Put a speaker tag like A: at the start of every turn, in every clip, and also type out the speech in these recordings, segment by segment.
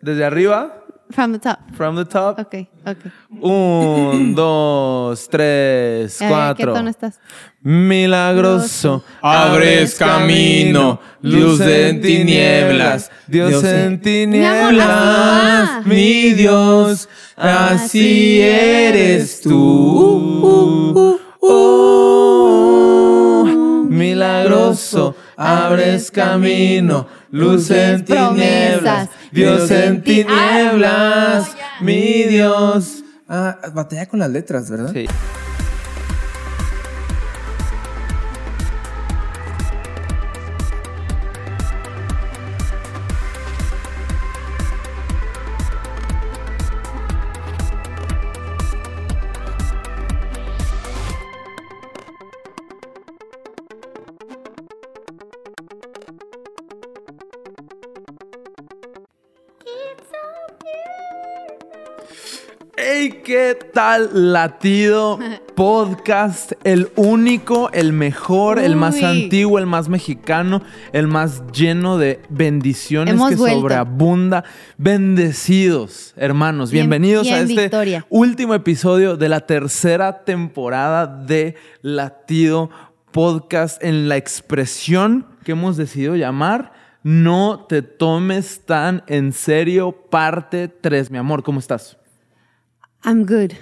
A: Desde arriba,
B: From the top.
A: from the top.
B: Ok, ok.
A: Un, dos, tres,
B: A ver, ¿Qué
A: cuatro.
B: tono estás?
A: Milagroso,
C: Abres camino, luz en tinieblas,
A: Dios
C: Dios
A: en
C: en-
B: Mi amor, así
A: tinieblas,
B: va.
A: mi Dios, así eres tú. Oh, milagroso, abres camino, luz en tinieblas, Dios en tinieblas, mi Dios. Ah, batalla con las letras, ¿verdad? Sí. Hey, ¿qué tal Latido Podcast? El único, el mejor, el más
B: Uy.
A: antiguo, el más mexicano, el más lleno de bendiciones
B: Hemos
A: que
B: vuelto.
A: sobreabunda. Bendecidos, hermanos.
B: Bien-
A: Bienvenidos
B: bien,
A: a este
B: Victoria.
A: último episodio de la tercera temporada de Latido Podcast en la expresión que hemos decidido llamar No te tomes tan en serio, parte 3. Mi amor, ¿cómo estás?
B: I'm good.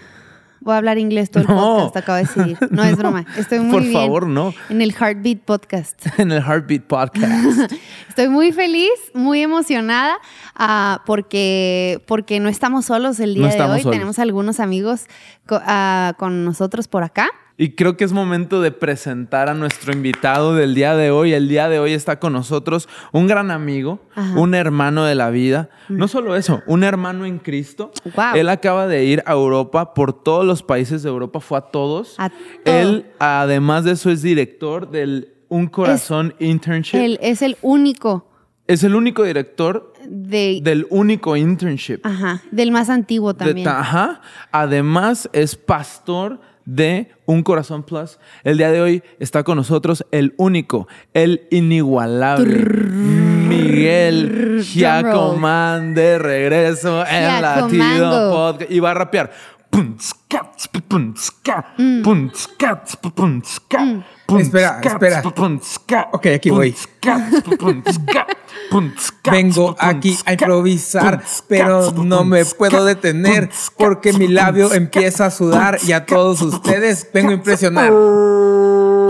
B: Voy a hablar inglés todo el
A: No.
B: podcast, acabo de decidir. No, es
A: No.
B: broma. Estoy muy
A: Por
B: bien.
A: favor, no.
B: En el Heartbeat Podcast.
A: en el Heartbeat Podcast.
B: Estoy muy feliz, muy emocionada, ah, porque, porque no estamos solos el día
A: No
B: de
A: estamos
B: hoy.
A: solos.
B: Tenemos algunos amigos co- ah, con nosotros por acá.
A: y creo que es momento de presentar a nuestro invitado del día de hoy. El día de hoy está con nosotros un gran amigo,
B: Ajá. Mm.
A: un hermano de la vida. No solo eso, un hermano en Cristo.
B: Guau.
A: Él acaba de ir a Europa, por todos los países de Europa, fue a todos.
B: A
A: Él, además de eso, es director del Un Corazón Internship.
B: Él es el único
A: es el único director
B: de,
A: del único internship.
B: ajá, del más antiguo
A: De
B: también.
A: ta- ajá. Además, es pastor de Un Corazón Plus. El día de hoy está con nosotros el único, el inigualable. Miguel Giacomán de regreso en Latido
B: Giacomango.
A: Podcast. Y va a rapear.
B: Mm.
C: Espera, espera. Ok, aquí voy. Vengo aquí a improvisar, pero no me puedo detener porque mi labio empieza a sudar y a todos ustedes vengo a impresionar.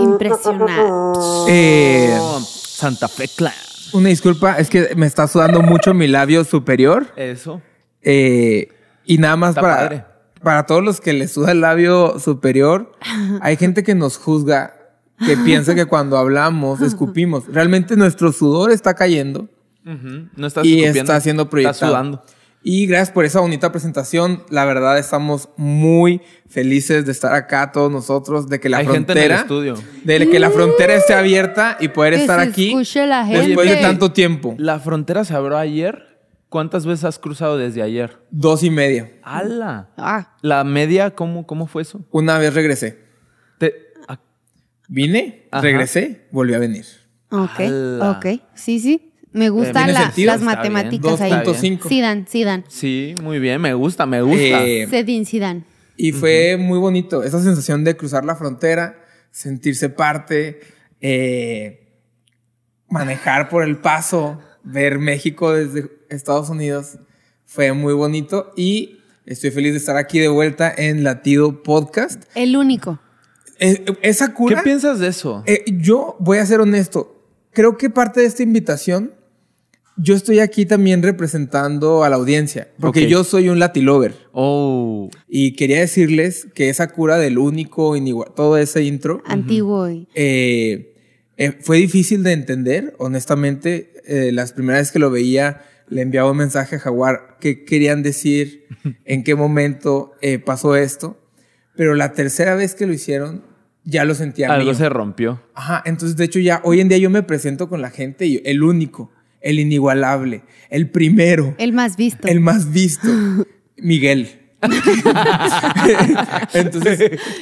B: Impresionada.
C: Eh,
A: Santa Fe Clan.
C: una disculpa, es que me está sudando mucho mi labio superior.
A: Eso.
C: Eh, y nada más
A: Está
C: para,
A: padre.
C: para todos los que les suda el labio superior, hay gente que nos juzga, que piensa que cuando hablamos escupimos. Realmente nuestro sudor está cayendo
A: Ujú. No estás
C: y
A: escupiendo,
C: está siendo proyectado.
A: Está sudando.
C: Y gracias por esa bonita presentación. La verdad, estamos muy felices de estar acá todos nosotros, de que la
A: Hay gente en el
C: frontera.
A: estudio.
C: De que la frontera esté abierta y poder
B: Mm. Que
C: estar
B: se
C: aquí
B: escuche la
C: después de
B: gente.
C: tanto tiempo.
A: La frontera se abrió ayer. ¿Cuántas veces has cruzado desde ayer?
C: Dos y media.
A: ¡Hala!
B: Ah,
A: La media, ¿cómo, cómo fue eso?
C: Una vez regresé.
A: Te- ah,
C: Vine,
A: Ajá.
C: regresé, volví a venir.
B: ok,
A: Ala.
B: ok. Sí, sí. Me gustan
C: Tiene
B: la-
C: sentido,
B: las
A: está bien.
B: matemáticas ahí.
C: 2.5.
B: Sí dan, sí dan.
A: sí, muy bien, me gusta, me gusta.
C: Eh,
B: Sedin, sí dan.
C: y fue muy bonito. Esa sensación de cruzar la frontera, sentirse parte, eh, manejar por el paso, ver México desde Estados Unidos. Fue muy bonito y estoy feliz de estar aquí de vuelta en Latido Podcast.
B: El único.
C: Eh, eh, esa
A: ¿Qué
C: cura.
A: piensas de eso?
C: Eh, yo voy a ser honesto. Creo que parte de esta invitación, yo estoy aquí también representando a la audiencia, porque
A: Ok.
C: yo soy un latilover.
A: Oh,
C: Y quería decirles que esa cura del único, inigua- todo ese intro,
B: Ah. Antiguo y.
C: eh, eh, fue difícil de entender, honestamente. eh, las primeras veces que lo veía, le enviaba un mensaje a Jaguar qué querían decir, en qué momento eh, pasó esto. Pero la tercera vez que lo hicieron, ya lo sentía
A: algo
C: mío.
A: se rompió.
C: Ajá, entonces de hecho ya hoy en día yo me presento con la gente y yo, el único, el inigualable, el primero, el,
B: El más visto.
C: más visto, Miguel. entonces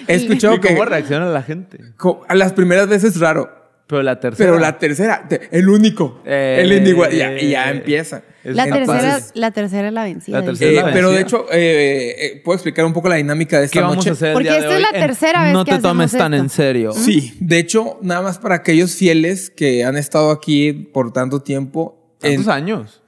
C: he escuchado
A: ¿Y
C: que
A: cómo reacciona la gente?
C: co- a las primeras veces raro,
A: Pero la tercera.
C: pero la tercera, te- el único,
A: Eh,
C: el inigualable, ya, y ya empieza.
A: es
B: la,
A: capaz.
B: tercera, la tercera es la vencida.
A: La tercera.
C: Eh,
A: es la
C: pero de
A: vencida.
C: hecho, eh, eh, ¿puedo explicar un poco la dinámica de esta
A: ¿Qué vamos
C: noche?
A: a hacer? el
B: Porque
A: día de
B: esta es
A: hoy
B: la
A: en
B: tercera vez
A: No
B: que
A: te
B: hacemos
A: tomes tan
B: esto.
A: en serio.
C: Sí, de hecho, nada más para aquellos fieles que han estado aquí por tanto tiempo. en-
A: ¿Cuántos años?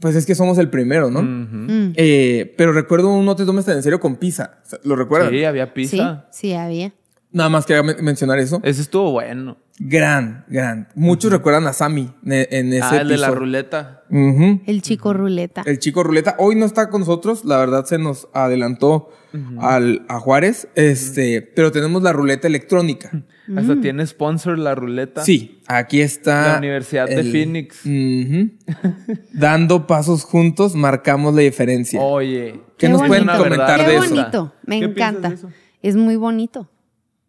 C: Pues es que somos el primero, ¿no?
B: Mm.
C: Eh, pero recuerdo un No te tomes tan en serio con pizza. O sea, ¿Lo recuerdan?
A: Sí, había
B: Sí,
A: pizza.
B: sí, había.
C: Nada más quería men- mencionar eso.
A: Ese estuvo bueno.
C: Gran, gran. Muchos recuerdan a Sammy ne- en ese
A: ah, el de la
C: episodio.
A: ruleta.
C: Ujú.
B: El chico ruleta.
C: El chico ruleta. Hoy no está con nosotros. La verdad se nos adelantó al, a Juárez. Este, pero tenemos la ruleta electrónica.
B: Mm.
A: Hasta tiene sponsor la ruleta.
C: Sí, aquí está.
A: La Ah, Universidad de Phoenix.
C: Ujú. Dando pasos juntos, marcamos la diferencia.
A: Oye.
C: ¿Qué nos pueden
A: bonito.
C: comentar
B: Qué
C: de eso?
B: bonito. Me
A: ¿Qué piensas
B: encanta.
A: de eso?
B: Es muy bonito.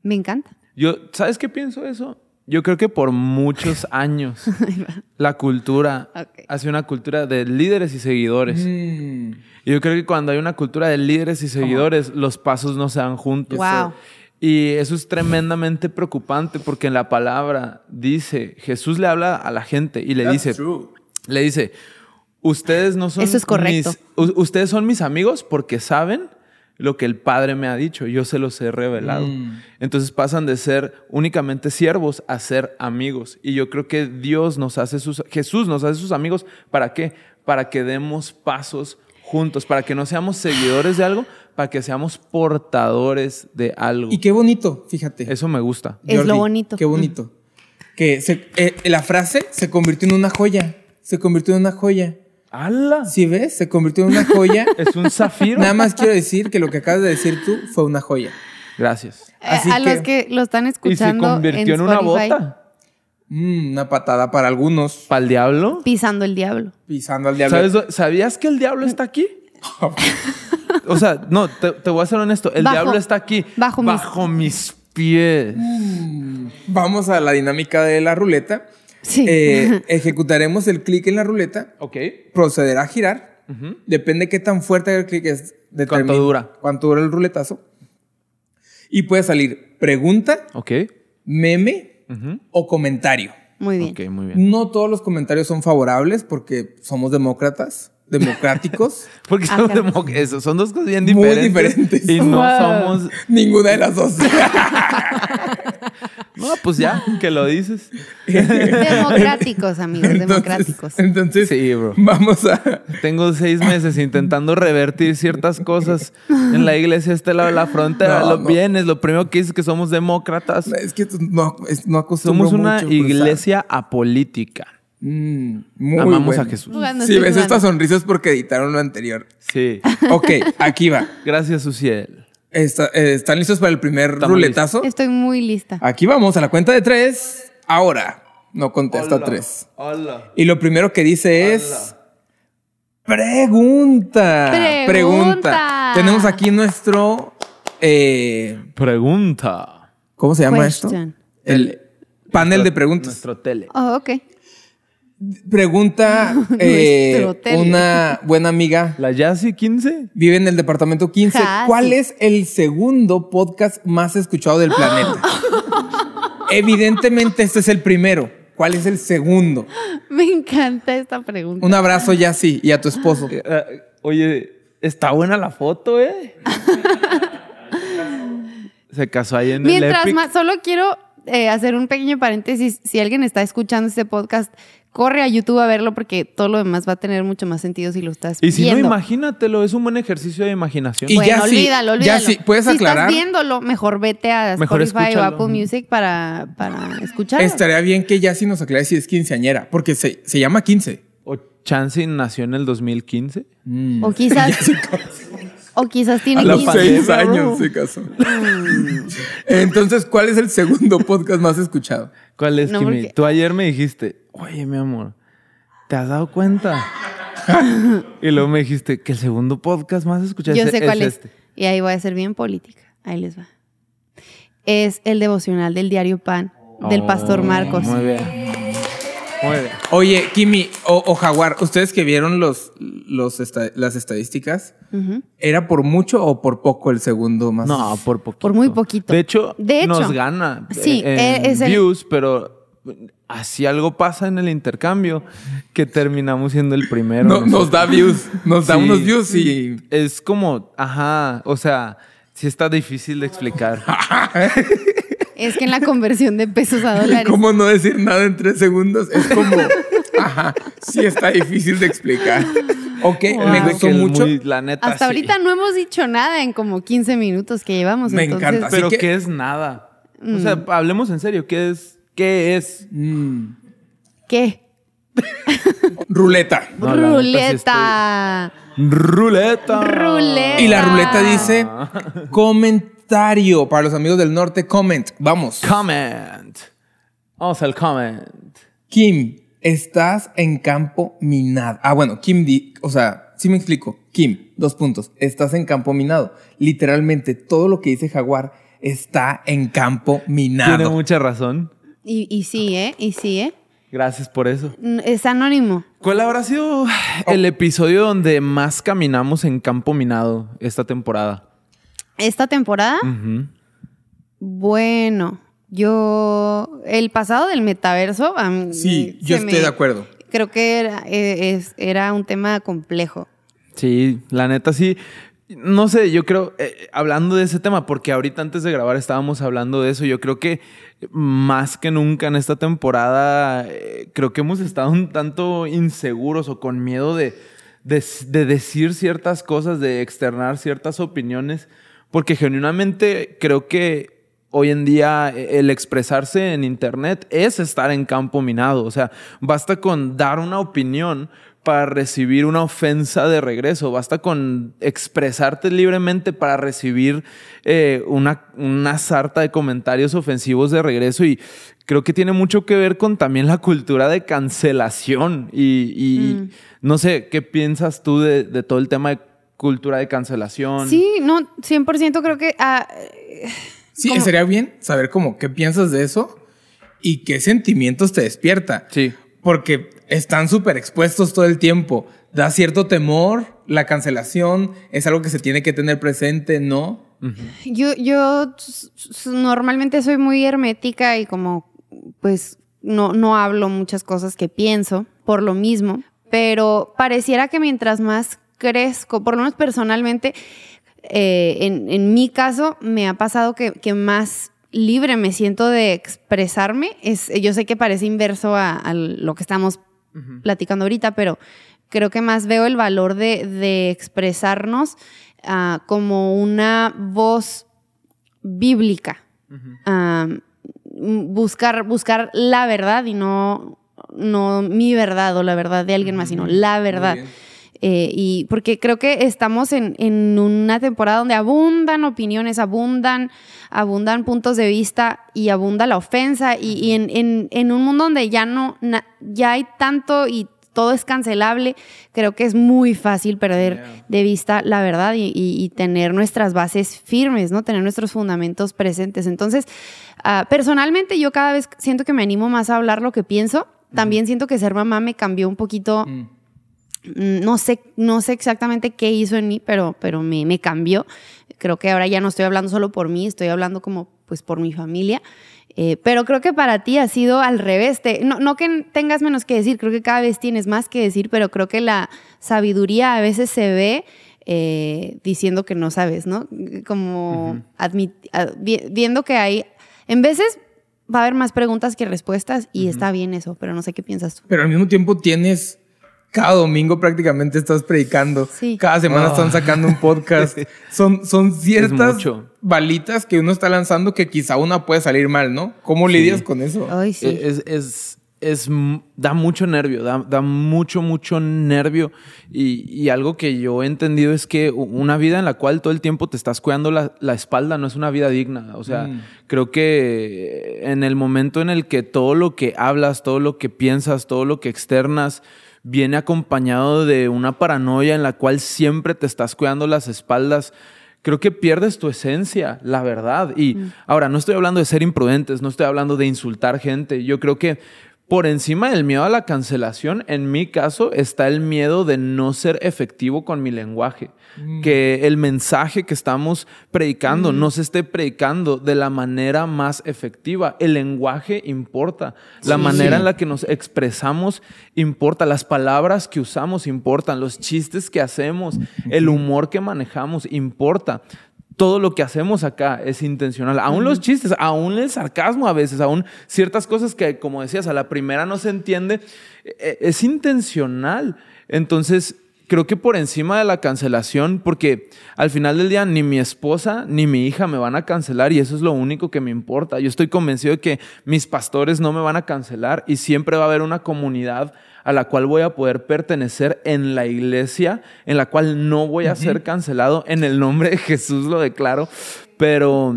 B: Me encanta.
A: Yo, ¿sabes qué pienso de eso? Yo creo que por muchos años la cultura
B: Ok.
A: hace una cultura de líderes y seguidores.
C: Mm.
A: Y Yo creo que cuando hay una cultura de líderes y seguidores, los pasos no se dan juntos.
B: Wow.
A: Y eso es tremendamente preocupante porque en la palabra dice, Jesús le habla a la gente y le dice, le dice, ustedes no son
B: Eso es correcto.
A: mis- u- ustedes son mis amigos porque saben lo que el Padre me ha dicho, yo se los he revelado.
C: Mm.
A: Entonces pasan de ser únicamente siervos a ser amigos. Y yo creo que Dios nos hace sus, Jesús nos hace sus amigos, ¿para qué? Para que demos pasos juntos, para que no seamos seguidores de algo, para que seamos portadores de algo.
C: Y qué bonito, fíjate.
A: Eso me gusta.
B: Es lo bonito.
C: Qué bonito. Que se- eh, la frase se convirtió en una joya. Se convirtió en una joya.
A: ¡Hala!
C: Si ves, se convirtió en una joya.
A: Es un zafiro.
C: Nada más quiero decir que lo que acabas de decir tú fue una joya.
A: Gracias.
B: Eh,
C: Así
B: a
C: que-
B: los que lo están
A: Y se
B: escuchando.
A: convirtió en, una
B: Spotify,
A: bota.
C: Mm, una patada para algunos.
A: ¿Para el diablo?
B: Pisando el diablo.
C: Pisando al diablo.
A: ¿Sabes dó- ¿Sabías que el diablo está aquí? O sea, no, te, te voy a ser honesto. El
B: Bajo-
A: diablo está aquí.
B: bajo mis-
A: mis pies.
C: Vamos a la dinámica de la ruleta.
B: Sí.
C: Eh, ejecutaremos el clic en la ruleta.
A: Ok.
C: Procederá a girar. Depende qué tan fuerte haga el clic es. determina
A: dura?
C: Cuánto dura el ruletazo. Y puede salir pregunta,
A: Ok.
C: meme o comentario.
B: Muy bien.
A: Ok, muy bien.
C: No todos los comentarios son favorables porque somos demócratas, democráticos.
A: Porque
B: Ah,
A: somos
B: claro.
A: demo- eso, son dos cosas bien
C: Muy
A: diferentes.
C: diferentes.
A: Y no
B: Wow.
A: somos.
C: Ninguna de las dos.
A: No, pues ya, que lo dices.
B: Democráticos, amigos, democráticos.
C: Entonces,
A: Sí, bro.
C: vamos a.
A: Tengo seis meses intentando revertir ciertas cosas en la iglesia a este lado de la frontera.
C: No,
A: lo
C: no.
A: vienes, lo primero que dices es que somos demócratas.
C: Es que no, es- no acostumbro
A: Somos una
C: mucho cruzar.
A: iglesia apolítica.
C: Mm, muy
A: Amamos
C: bueno.
A: a Jesús.
B: Jugando,
C: Si
B: estoy
C: ves
B: jugando.
C: estas sonrisas porque editaron lo anterior.
A: Sí.
C: Ok, aquí va.
A: Gracias, Uciel.
C: Está- eh, ¿Están listos para el primer
A: Estamos
C: ruletazo?
B: Estoy muy lista.
C: Aquí vamos, a la cuenta de tres. Ahora. No contesta tres. Y lo primero que dice es. Pregunta.
B: Pregunta.
C: Tenemos aquí nuestro. eh,
A: Pregunta.
C: ¿Cómo se llama
B: Question.
C: esto? El panel de preguntas.
A: Nuestro tele.
B: Oh, ok.
C: Pregunta eh,
B: Nuestro tele.
C: una buena amiga.
A: ¿La Yassi 15?
C: Vive en el departamento 15.
B: Ja,
C: ¿Cuál
B: Ah, sí.
C: es el segundo podcast más escuchado del planeta? Evidentemente, este es el primero. ¿Cuál es el segundo?
B: Me encanta esta pregunta.
C: Un abrazo, Yassi, y a tu esposo.
A: Eh, eh, oye, está buena la foto, ¿eh? Se casó ahí en el
B: Mientras
A: Epic.
B: más, solo quiero eh, hacer un pequeño paréntesis. Si alguien está escuchando este podcast corre a YouTube a verlo porque todo lo demás va a tener mucho más sentido si lo estás
A: Y si no,
B: viendo.
A: imagínatelo, es un buen ejercicio de imaginación.
C: Y-
B: bueno,
C: ya sí,
B: olvídalo,
C: ya
B: olvídalo.
C: sí, puedes
B: Si
C: aclarar.
B: estás viéndolo, mejor vete a
A: Mejor
B: Spotify o
A: escúchalo.
B: Apple Music para, para escucharlo.
C: Estaría bien que ya si nos aclare si es quinceañera, porque se, se llama 15.
A: O Chansey nació en el 2015.
B: O quizás, o quizás tiene
A: A la
C: los
B: 15.
A: pandemia,
C: seis años se casó. Entonces, ¿cuál es el segundo podcast más escuchado?
A: ¿Cuál es,
B: No,
A: Kimi?
B: porque-
A: Tú ayer me dijiste, oye, mi amor, ¿te has dado cuenta? y luego me dijiste que el segundo podcast más escuchado
B: Yo
A: es-
B: sé cuál es.
A: este.
B: Y ahí voy a ser bien política. Ahí les va. Es el devocional del diario Pan del
A: Oh,
B: pastor Marcos.
A: Muy bien. Muy bien.
C: Oye, Kimi o, o Jaguar, ustedes que vieron los, los esta- las estadísticas,
B: Ujú.
C: ¿era por mucho o por poco el segundo más?
A: No, por poquito.
B: Por muy poquito.
A: De hecho,
B: De
A: nos
B: hecho.
A: gana
B: Sí,
A: eh, en
B: eh, es el-
A: views, pero así algo pasa en el intercambio que terminamos siendo el primero.
C: No,
A: nosotros.
C: nos da views, nos da
A: Sí.
C: unos views y
A: Es como, ajá, o sea, sí está difícil de explicar.
B: Es que en la conversión de pesos a dólares.
C: ¿Cómo no decir nada en tres segundos? Es como, ajá, sí está difícil de explicar. Ok,
B: Wow.
C: me
A: Es de
C: gustó
A: que es
C: mucho.
A: muy- la neta,
B: Hasta
A: sí.
B: ahorita no hemos dicho nada en como 15 minutos que llevamos.
C: Me
B: entonces,
C: encanta. Así
A: Pero
C: que-
A: ¿qué es nada? O
B: Mm.
A: sea, hablemos en serio, ¿qué es? ¿Qué es?
C: Mm.
B: ¿Qué?
C: Ruleta.
A: No, la neta, sí
B: Ruleta.
A: Ruleta.
B: Ruleta.
C: Y la ruleta
B: Ah.
C: dice comentario. Para los amigos del norte, comment. Vamos.
A: Comment. Vamos al comment.
C: Kim, estás en campo minado. Ah, bueno, Kim, di- o sea, sí me explico. Kim, dos puntos. Estás en campo minado. Literalmente todo lo que dice Jaguar está en campo
A: Tiene
C: minado.
A: mucha razón.
B: Y, y sí, ¿eh? Y sí, ¿eh?
A: Gracias por eso. Oh.
B: Mm, Es anónimo.
A: ¿Cuál habrá sido el episodio donde más caminamos en campo minado esta temporada?
B: Esta temporada,
A: Ujú.
B: bueno, yo. El pasado del metaverso. a mí
C: Sí,
B: se
C: yo
B: me-
C: estoy de acuerdo.
B: Creo que era, eh, es- era un tema complejo.
A: Sí, la neta sí. No sé, yo creo, eh, hablando de ese tema, porque ahorita antes de grabar estábamos hablando de eso, yo creo que más que nunca en esta temporada, eh, creo que hemos estado un tanto inseguros o con miedo de, de, de decir ciertas cosas, de externar ciertas opiniones, porque genuinamente creo que hoy en día eh, el expresarse en internet es estar en campo minado. O sea, basta con dar una opinión para recibir una ofensa de regreso. Basta con expresarte libremente para recibir eh, una, una sarta de comentarios ofensivos de regreso. Y creo que tiene mucho que ver con también la cultura de cancelación. Y, y
B: Mm.
A: no sé, ¿qué piensas tú de, de todo el tema de cultura de cancelación?
B: Sí, no, 100% creo que. ah, eh,
C: Sí,
B: ¿Cómo?
C: sería bien saber como qué piensas de eso y qué sentimientos te despierta.
A: Sí.
C: Porque están súper expuestos todo el tiempo. Da cierto temor, la cancelación es algo que se tiene que tener presente, ¿no?
B: Yo, yo s- s- normalmente soy muy hermética y como pues no, no hablo muchas cosas que pienso por lo mismo, pero pareciera que mientras más crezco, por lo menos personalmente, eh, en, en mi caso me ha pasado que, que más libre me siento de expresarme. Es, yo sé que parece inverso a, a lo que estamos platicando ahorita, pero creo que más veo el valor de, de expresarnos ah, como una voz bíblica. Ah, m- buscar, buscar la verdad y no, no mi verdad o la verdad de alguien más, sino la verdad.
C: bien.
B: Eh, y porque creo que estamos en, en una temporada donde abundan opiniones, abundan, abundan puntos de vista y abunda la ofensa. Y, y en, en- en un mundo donde ya no na- ya hay tanto y todo es cancelable, creo que es muy fácil perder de vista la verdad y, y- y tener nuestras bases firmes, ¿no? Tener nuestros fundamentos presentes. Entonces, ah, personalmente yo cada vez siento que me animo más a hablar lo que pienso. También siento que ser mamá me cambió un poquito
C: Mm.
B: Mm, no sé, no sé exactamente qué hizo en mí, pero, pero me, me cambió. Creo que ahora ya no estoy hablando solo por mí, estoy hablando como pues por mi familia. Eh, pero creo que para ti ha sido al revés. Te- no, no que tengas menos que decir, creo que cada vez tienes más que decir, pero creo que la sabiduría a veces se ve eh, diciendo que no sabes, ¿no? Como admit- a- vi- viendo que hay, en veces va a haber más preguntas que respuestas y está bien eso, pero no sé qué piensas tú.
C: Pero al mismo tiempo tienes. Cada domingo prácticamente estás predicando.
B: Sí.
C: Cada semana
A: Ah.
C: están sacando un podcast. Son, son
A: Es
C: ciertas
A: mucho.
C: balitas que uno está lanzando que quizá una puede salir mal, ¿no? ¿Cómo lidias con eso?
B: Ay, sí.
A: Eh, Es, es, es- da mucho nervio, da, da mucho, mucho nervio. Y, y algo que yo he entendido es que u- una vida en la cual todo el tiempo te estás cuidando la, la espalda no es una vida digna. O sea, creo que en el momento en el que todo lo que hablas, todo lo que piensas, todo lo que externas, viene acompañado de una paranoia en la cual siempre te estás cuidando las espaldas, creo que pierdes tu esencia, la verdad. Y
B: Mm.
A: ahora, no estoy hablando de ser imprudentes, no estoy hablando de insultar gente. Yo creo que por encima del miedo a la cancelación, en mi caso, está el miedo de no ser efectivo con mi lenguaje.
B: Mm.
A: Que el mensaje que estamos predicando no se esté predicando de la manera más efectiva. El lenguaje importa. La
B: Sí.
A: manera
B: Sí.
A: en la que nos expresamos importa, las palabras que usamos importan, los chistes que hacemos, el humor que manejamos importa. Todo lo que hacemos acá es intencional. Aún los chistes, aún el sarcasmo a veces, aún ciertas cosas que, como decías, a la primera no se entiende, e- e- es intencional. Entonces, creo que por encima de la cancelación, porque al final del día ni mi esposa ni mi hija me van a cancelar y eso es lo único que me importa. Yo estoy convencido de que mis pastores no me van a cancelar y siempre va a haber una comunidad a la cual voy a poder pertenecer en la iglesia, en la cual no voy a ser cancelado. En el nombre de Jesús lo declaro, pero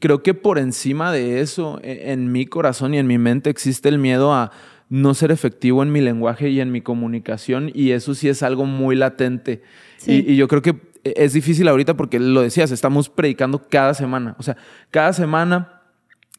A: creo que por encima de eso, e- en mi corazón y en mi mente existe el miedo a no ser efectivo en mi lenguaje y en mi comunicación y eso sí es algo muy latente.
B: Sí.
A: Y, y yo creo que e, es difícil ahorita porque lo decías, estamos predicando cada semana, o sea, cada semana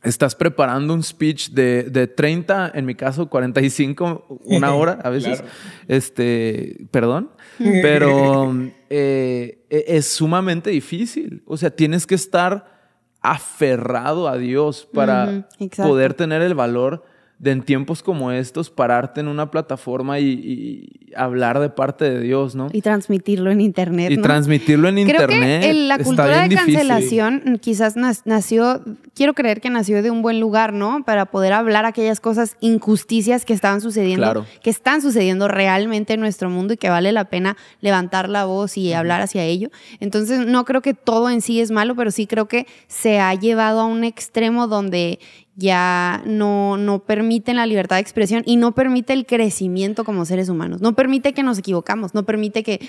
A: estás preparando un speech de, de 30, en mi caso 45, una hora a veces,
C: Claro.
A: este, perdón, pero eh, e- es sumamente difícil, o sea, tienes que estar aferrado a Dios para
B: Ujú, exacto.
A: poder tener el valor de en tiempos como estos pararte en una plataforma y, y hablar de parte de Dios, ¿no?
B: Y transmitirlo en internet.
A: Y
B: ¿no?
A: transmitirlo en
B: Creo
A: internet.
B: que el- la
A: está
B: cultura de
A: bien difícil.
B: cancelación mm, quizás nas- nació, quiero creer que nació de un buen lugar, ¿no? Para poder hablar aquellas cosas, injusticias que estaban sucediendo,
A: Claro.
B: que están sucediendo realmente en nuestro mundo y que vale la pena levantar la voz y hablar hacia ello. Entonces, no creo que todo en sí es malo, pero sí creo que se ha llevado a un extremo donde ya no, no permiten la libertad de expresión y no permite el crecimiento como seres humanos, no permite que nos equivocamos, no permite que,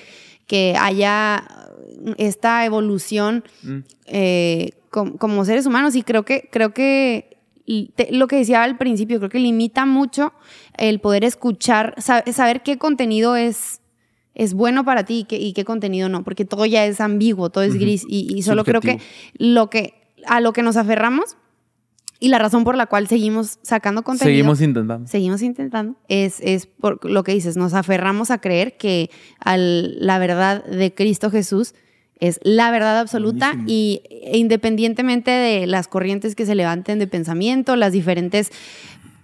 B: que haya eh, esta evolución eh, com- como seres humanos y creo que, creo que y te- lo que decía al principio, creo que limita mucho el poder escuchar, sa- saber qué contenido es, es bueno para ti y qué, y qué contenido no, porque todo ya es ambiguo, todo es gris y, y solo creo que lo que a lo que nos aferramos y la razón por la cual seguimos sacando contenido
A: Seguimos intentando.
B: seguimos intentando, es, es por lo que dices, nos aferramos a creer que al- la verdad de Cristo Jesús es la verdad absoluta
C: Buenísimo.
B: y e independientemente de las corrientes que se levanten de pensamiento, las diferentes,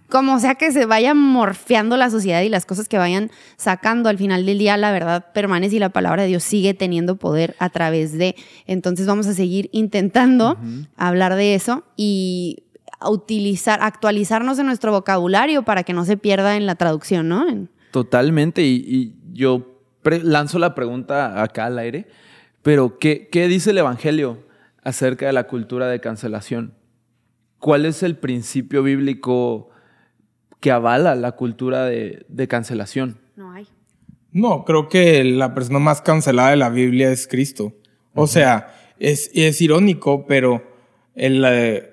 B: como sea que se vaya morfeando la sociedad y las cosas que vayan sacando, al final del día la verdad permanece y la palabra de Dios sigue teniendo poder a través de, entonces vamos a seguir intentando hablar de eso y a utilizar, actualizarnos en nuestro vocabulario para que no se pierda en la traducción, ¿no? En-
A: Totalmente. Y, y yo pre- lanzo la pregunta acá al aire, pero ¿qué, ¿qué dice el Evangelio acerca de la cultura de cancelación? ¿Cuál es el principio bíblico que avala la cultura de, de cancelación?
B: No hay.
C: No, creo que la persona más cancelada de la Biblia es Cristo. O sea, es, es irónico, pero el, eh,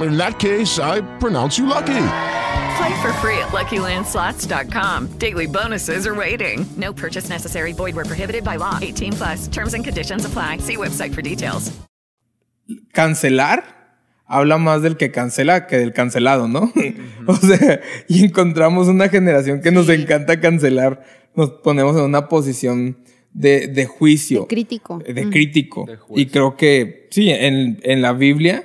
D: In that case, I pronounce you lucky.
E: Play for free at LuckyLandSlots.com. Daily bonuses are waiting. No purchase necessary. Void were prohibited by law. 18 plus. Terms and conditions apply. See website for details.
C: cancelar habla más del que cancela que del cancelado, ¿no? o sea, y encontramos una generación que nos encanta cancelar, nos ponemos en una posición de, de juicio.
B: De crítico.
C: eh, De crítico. y creo que, sí, en, en la Biblia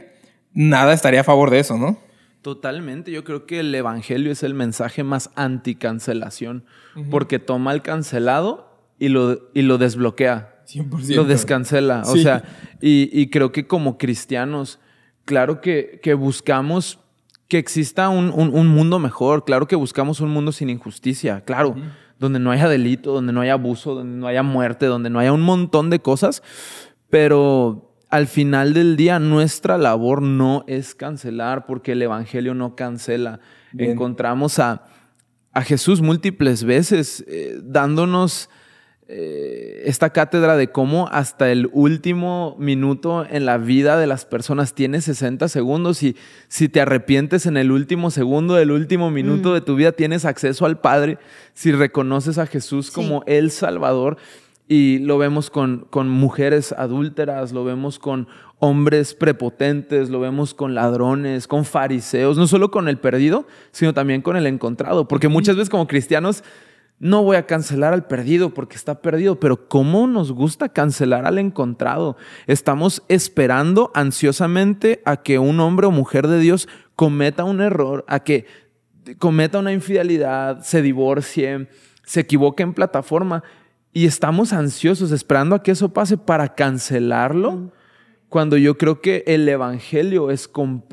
C: nada estaría a favor de eso, ¿no?
A: Totalmente, yo creo que el Evangelio es el mensaje más anticancelación, porque toma al cancelado y lo, y lo desbloquea,
C: 100%.
A: lo descancela, o
C: Sí.
A: sea, y, y creo que como cristianos, claro que, que buscamos que exista un, un- un mundo mejor, claro que buscamos un mundo sin injusticia, claro, donde no haya delito, donde no haya abuso, donde no haya muerte, donde no haya un montón de cosas, pero al final del día nuestra labor no es cancelar porque el Evangelio no cancela.
C: Bien.
A: Encontramos a, a Jesús múltiples veces eh, dándonos eh, esta cátedra de cómo hasta el último minuto en la vida de las personas tiene 60 segundos y si te arrepientes en el último segundo del último minuto de tu vida tienes acceso al Padre si reconoces a Jesús como el Salvador y lo vemos con, con mujeres adúlteras, lo vemos con hombres prepotentes, lo vemos con ladrones, con fariseos, no solo con el perdido, sino también con el encontrado, porque muchas veces como cristianos no voy a cancelar al perdido porque está perdido, pero ¿cómo nos gusta cancelar al encontrado? Estamos esperando ansiosamente a que un hombre o mujer de Dios cometa un error, a que cometa una infidelidad, se divorcie, se equivoque en plataforma y estamos ansiosos esperando a que eso pase para cancelarlo. Cuando yo creo que el Evangelio es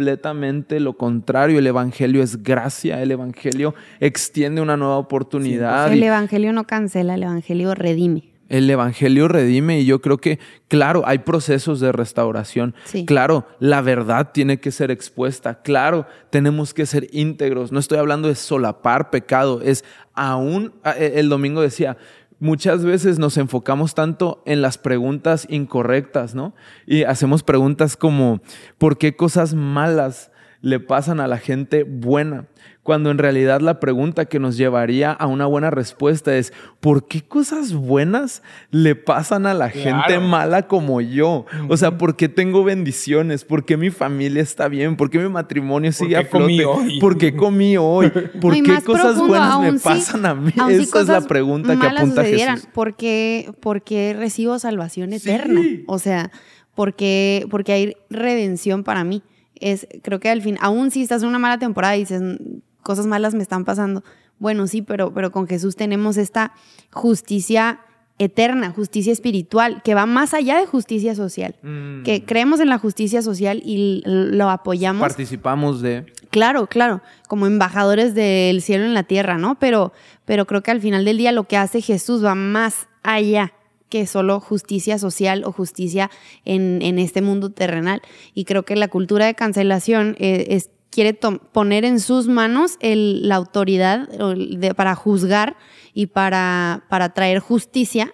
A: completamente lo contrario, el Evangelio es gracia, el Evangelio extiende una nueva oportunidad.
B: pues, El
A: y-
B: evangelio no cancela, el evangelio redime.
A: el Evangelio redime y yo creo que, claro, hay procesos de restauración.
B: Sí.
A: Claro, la verdad tiene que ser expuesta. Claro, tenemos que ser íntegros. No estoy hablando de solapar pecado. Es aún, a- e- el domingo decía, muchas veces nos enfocamos tanto en las preguntas incorrectas, ¿no? Y hacemos preguntas como, ¿por qué cosas malas? le pasan a la gente buena, cuando en realidad la pregunta que nos llevaría a una buena respuesta es, ¿por qué cosas buenas le pasan a la gente mala como yo? O sea, ¿por qué tengo bendiciones? ¿Por qué mi familia está bien? ¿Por qué mi matrimonio sigue a
C: qué comí
A: flote?
C: hoy?
A: ¿Por qué comí hoy? ¿Por
B: No, y
A: qué
B: más
A: cosas
B: profundo,
A: buenas me
B: aún si-
A: pasan a mí?
B: aún si
A: Esa es la
B: cosas
A: pregunta que
B: malas
A: apunta
B: sucedieran,
A: Jesús.
B: ¿Por qué, por qué recibo salvación eterna? O sea, porque, porque hay redención para mí. Es, creo que al fin, aún si estás en una mala temporada y dices, "Mm, cosas malas me están pasando. Bueno, sí, pero, pero con Jesús tenemos esta justicia eterna, justicia espiritual, que va más allá de justicia social.
A: Mm.
B: Que creemos en la justicia social y l- lo apoyamos.
A: Participamos de...
B: Claro, claro, como embajadores del cielo en la tierra, ¿no? Pero, pero creo que al final del día lo que hace Jesús va más allá que solo justicia social o justicia en, en este mundo terrenal. Y creo que la cultura de cancelación eh, es, quiere tom- poner en sus manos el- la autoridad o el de- para juzgar y para, para traer justicia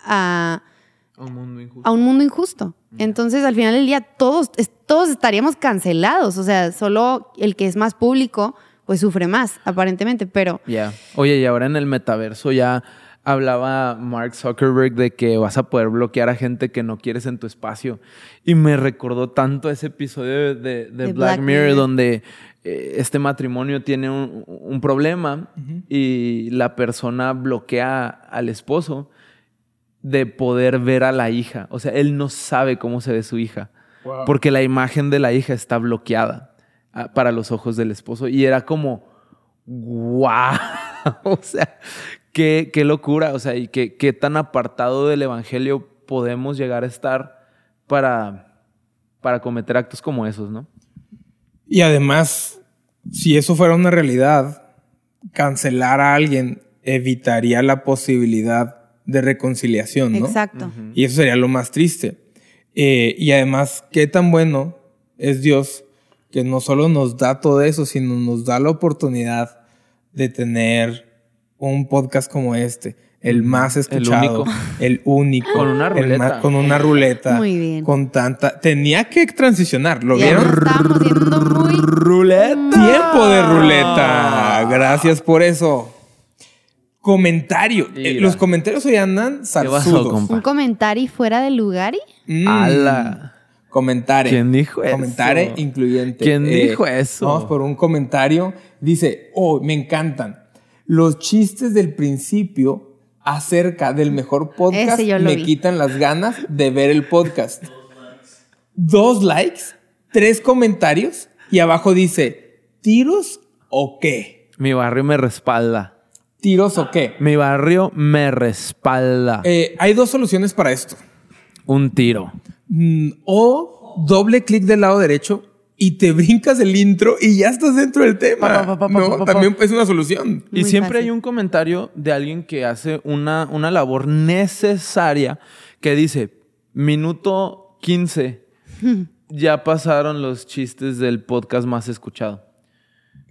B: a, a un mundo injusto. Entonces, al final del día, todos, es- todos estaríamos cancelados. O sea, solo el que es más público, pues sufre más, aparentemente. Pero
A: Ya. Oye, y ahora en el metaverso ya hablaba Mark Zuckerberg de que vas a poder bloquear a gente que no quieres en tu espacio. Y me recordó tanto ese episodio de, de- de Black, Mirror, donde eh, este matrimonio tiene un, un problema y la persona bloquea al esposo de poder ver a la hija. O sea, él no sabe cómo se ve su hija. Porque la imagen de la hija está bloqueada ah, para los ojos del esposo. Y era como, wow. o sea, qué, qué locura. O sea, y qué, qué tan apartado del evangelio podemos llegar a estar para para cometer actos como esos, ¿no?
C: Y además, si eso fuera una realidad, cancelar a alguien evitaría la posibilidad de reconciliación, ¿no?
B: Exacto.
C: Y eso sería lo más triste. Eh, y además, qué tan bueno es Dios que no solo nos da todo eso, sino nos da la oportunidad de tener un podcast como este, el más escuchado,
A: único.
C: el único,
A: Con una
C: el
A: ruleta.
C: más- con una ruleta,
B: Muy bien.
C: con tanta, tenía que transicionar, lo
B: Ya
C: vieron,
B: nos estábamos yendo muy-
A: Ruleta.
C: Tiempo de ruleta.
A: Ah.
C: Gracias por eso. Comentario. Eh,
A: Mira.
C: los comentarios hoy andan
A: ¿Qué pasó,
C: zarzudos.
A: compa?
B: Un comentario fuera de lugar y
C: Mm.
A: Ala.
C: Comentare.
A: ¿Quién dijo eso?
C: Comentare incluyente. Eh,
A: ¿Quién dijo eso?
C: Vamos por un comentario. Dice, oh, me encantan. Los chistes del principio acerca del mejor podcast
B: Ese yo lo
C: me
B: vi.
C: quitan las ganas de ver el podcast. Dos likes, tres comentarios y abajo dice, ¿tiros o qué?
A: Mm. Mi barrio me respalda.
C: ¿Tiros o qué?
A: Mi barrio me respalda.
C: Eh, hay dos soluciones para esto.
A: Un tiro.
C: Mm, O doble clic del lado derecho y te brincas el intro y ya estás dentro del tema.
A: Pa, pa, pa, pa,
C: no,
A: pa, pa, pa.
C: también es una solución.
A: Y
B: Muy
A: siempre
B: fácil.
A: hay un comentario de alguien que hace una, una labor necesaria que dice, minuto 15, ya pasaron los chistes del podcast más escuchado.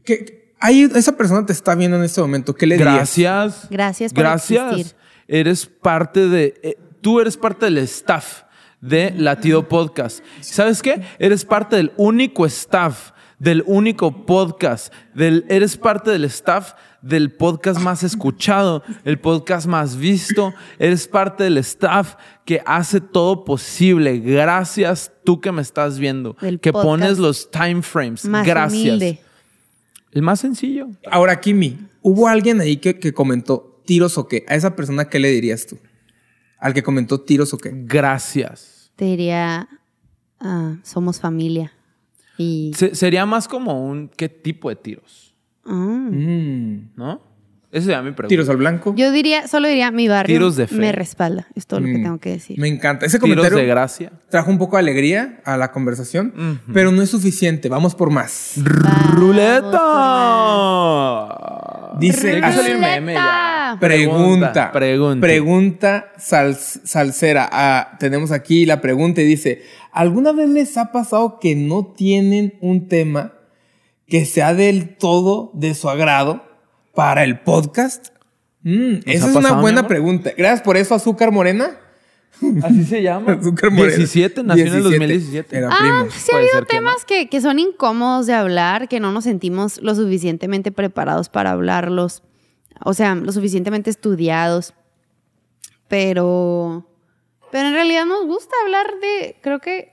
C: Que ahí esa persona te está viendo en este momento. ¿Qué le dirías?
A: Gracias.
B: Gracias por
A: Gracias.
B: existir.
A: Eres parte de. eh, tú eres parte del staff de Latido Podcast. ¿Sabes qué? Eres parte del único staff, del único podcast, del, eres parte del staff del podcast más escuchado, el podcast más visto. Eres parte del staff que hace todo posible. Gracias tú que me estás viendo,
B: Del
A: que
B: podcast
A: pones los time frames.
B: más
A: Gracias.
B: humilde.
A: El más sencillo.
C: Ahora, Kimi, hubo alguien ahí que, que comentó tiros o qué. A esa persona, ¿qué le dirías tú? Al que comentó tiros o qué.
A: Gracias.
B: Te diría, ah, somos familia. Y
A: Se- sería más como un qué tipo de tiros,
B: ah,
A: ¿no? Esa sería mi pregunta.
C: Mm. Tiros al blanco.
B: yo diría, solo diría, mi barrio
A: Tiros de fe.
B: me respalda. Es todo lo que tengo que decir.
C: Mm, Me encanta. Ese
A: Tiros
C: comentario
A: de gracia.
B: Ah,
C: trajo un poco de alegría a la conversación, pero no es suficiente. Vamos por más.
B: Vamos por más.
A: ¡Ruleta!
C: Dice-
A: Tiene que salir meme ya.
B: ¡Ruleta!
C: Pregunta.
A: Pregunta.
C: Pregunta sal- salsera. Ah, tenemos aquí la pregunta y dice: ¿Alguna vez les ha pasado que no tienen un tema que sea del todo de su agrado para el podcast? Mm, esa
A: ha
C: es
A: pasado,
C: una
A: mi
C: buena
A: amor?
C: pregunta. Gracias por eso, Azúcar Morena.
A: Así se llama.
C: Azúcar Morena.
A: 17, nació en el
C: 17.
A: 2017.
C: Era
B: Ah,
C: primo.
B: sí ha
A: Puede
B: habido
A: ser que
B: temas que, que son incómodos de hablar, que no nos sentimos lo suficientemente preparados para hablarlos, o sea, lo suficientemente estudiados, pero, pero en realidad nos gusta hablar de, creo que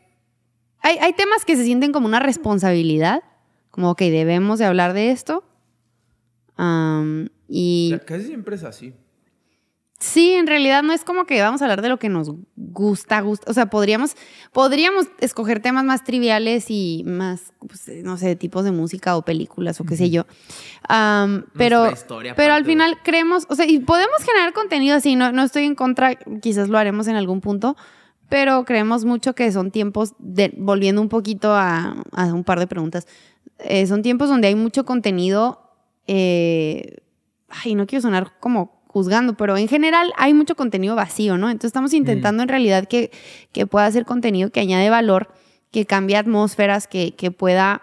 B: hay, hay temas que se sienten como una responsabilidad, como, ok, debemos de hablar de esto. Am, y
A: Casi siempre es así.
B: Sí, en realidad no es como que vamos a hablar de lo que nos gusta, gusta. O sea, podríamos, podríamos escoger temas más triviales y más, pues, no sé, tipos de música o películas o qué sé yo. Am, pero
A: historia,
B: pero al
A: aparte,
B: final creemos, o sea, y podemos generar contenido así, no, no estoy en contra, quizás lo haremos en algún punto, pero creemos mucho que son tiempos, de, volviendo un poquito a, a un par de preguntas, eh, son tiempos donde hay mucho contenido eh, ay, no quiero sonar como juzgando, pero en general hay mucho contenido vacío, ¿no? Entonces estamos intentando
A: Mm.
B: en realidad que, que pueda ser contenido que añade valor, que cambie atmósferas, que, que pueda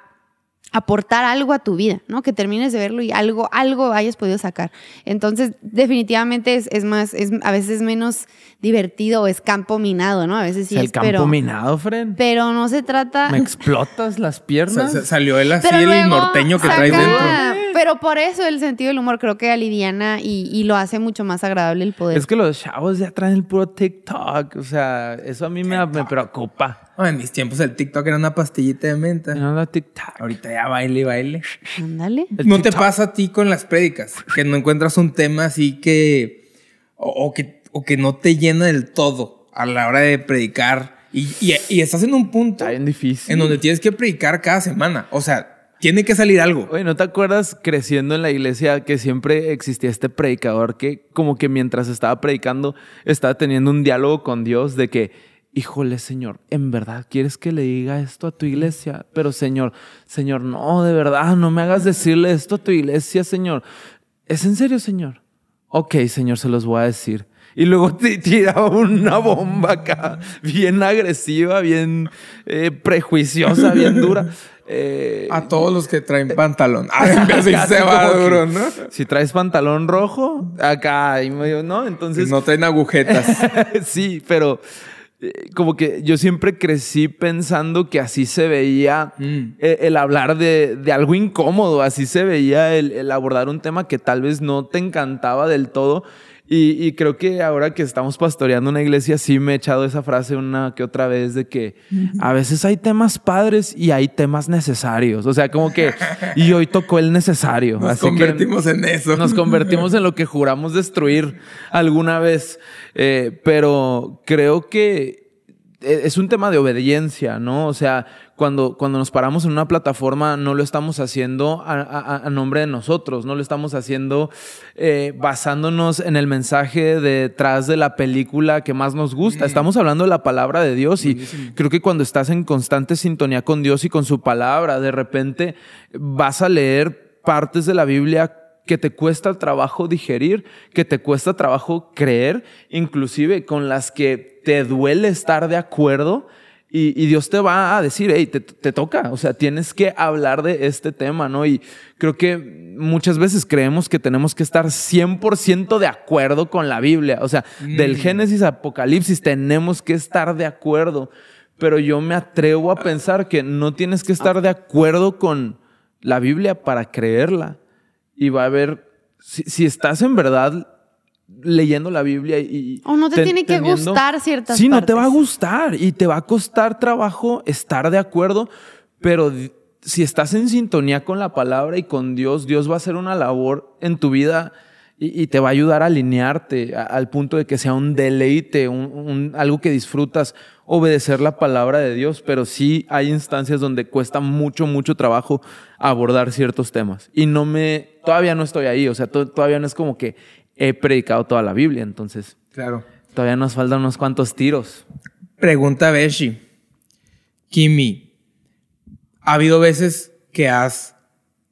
B: aportar algo a tu vida, ¿no? Que termines de verlo y algo, algo hayas podido sacar. Entonces, definitivamente es, es más, es a veces menos divertido, es campo minado, ¿no? A veces sí
A: el
B: es,
A: campo
B: pero,
A: minado, Fren.
B: pero no se trata...
A: Me explotas las
C: Sa-
A: piernas.
C: sa- salió él así,
B: Pero
C: el
B: luego
C: norteño que
B: saca-
C: traes dentro.
B: Pero por eso el sentido del humor creo que aliviana y, y lo hace mucho más agradable el poder.
A: es que los chavos ya traen el puro TikTok. O sea, eso a mí me, me preocupa.
C: Ah, en mis tiempos el TikTok era una pastillita de menta.
A: No, no, TikTok.
C: Ahorita ya baile y baile.
B: Ándale.
A: El
C: ¿No te
A: TikTok.
C: pasa a ti con las prédicas? Que no encuentras un tema así que o, o que. o que no te llena del todo a la hora de predicar. Y, y- y estás en un punto
A: Está bien difícil.
C: en donde tienes que predicar cada semana. O sea, tiene que salir algo.
A: Oye, ¿no te acuerdas creciendo en la iglesia que siempre existía este predicador que como que mientras estaba predicando estaba teniendo un diálogo con Dios de que híjole Señor, en verdad quieres que le diga esto a tu iglesia, pero Señor, Señor, no, de verdad, no me hagas decirle esto a tu iglesia, Señor. ¿Es en serio, Señor? Ok, Señor, se los voy a decir. Y luego te tiraba una bomba acá, bien agresiva, bien eh, prejuiciosa, bien dura. Eh,
C: A todos los que traen pantalón. Ah, así
A: Casi
C: se va
A: como que,
C: duro, ¿no?
A: Si traes pantalón rojo, acá, y medio, ¿no?
C: Que
A: Entonces,
C: No traen agujetas.
A: sí, pero eh, como que yo siempre crecí pensando que así se veía
C: Mm.
A: eh, el hablar de, de algo incómodo, así se veía el, el abordar un tema que tal vez no te encantaba del todo. Y, y creo que ahora que estamos pastoreando una iglesia, sí me he echado esa frase una que otra vez de que a veces hay temas padres y hay temas necesarios. O sea, como que, y hoy tocó el necesario.
C: Nos
A: así que-
C: convertimos en eso.
A: nos convertimos en lo que juramos destruir alguna vez. Eh, pero creo que e- es un tema de obediencia, ¿no? O sea, cuando, cuando nos paramos en una plataforma, no lo estamos haciendo a, a- a nombre de nosotros, no lo estamos haciendo eh, basándonos en el mensaje detrás de la película que más nos gusta. Estamos hablando de la palabra de Dios y creo que cuando estás en constante sintonía con Dios y con su palabra, de repente vas a leer partes de la Biblia que te cuesta trabajo digerir, que te cuesta trabajo creer, inclusive con las que te duele estar de acuerdo. Y, y Dios te va a decir, hey, te, te toca, o sea, tienes que hablar de este tema, ¿no? Y creo que muchas veces creemos que tenemos que estar 100% de acuerdo con la Biblia, o sea, del Génesis a Apocalipsis tenemos que estar de acuerdo, pero yo me atrevo a pensar que no tienes que estar de acuerdo con la Biblia para creerla y va a haber, si, si estás en verdad leyendo la Biblia y...
B: O no te tiene que
A: teniendo-
B: gustar ciertas
A: Sí, no te va a
B: partes.
A: gustar y te va a costar trabajo estar de acuerdo, pero di- si estás en sintonía con la palabra y con Dios, Dios va a hacer una labor en tu vida y, y te va a ayudar a alinearte a- al punto de que sea un deleite, un- un- algo que disfrutas, obedecer la palabra de Dios, pero sí hay instancias donde cuesta mucho, mucho trabajo abordar ciertos temas. Y no me, todavía no estoy ahí, o sea, to- todavía no es como que he predicado toda la Biblia, entonces
C: Claro.
A: todavía nos faltan unos cuantos tiros.
C: Pregunta Beshi. Kimi, ¿ha habido veces que has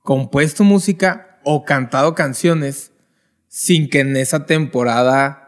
C: compuesto música o cantado canciones sin que en esa temporada...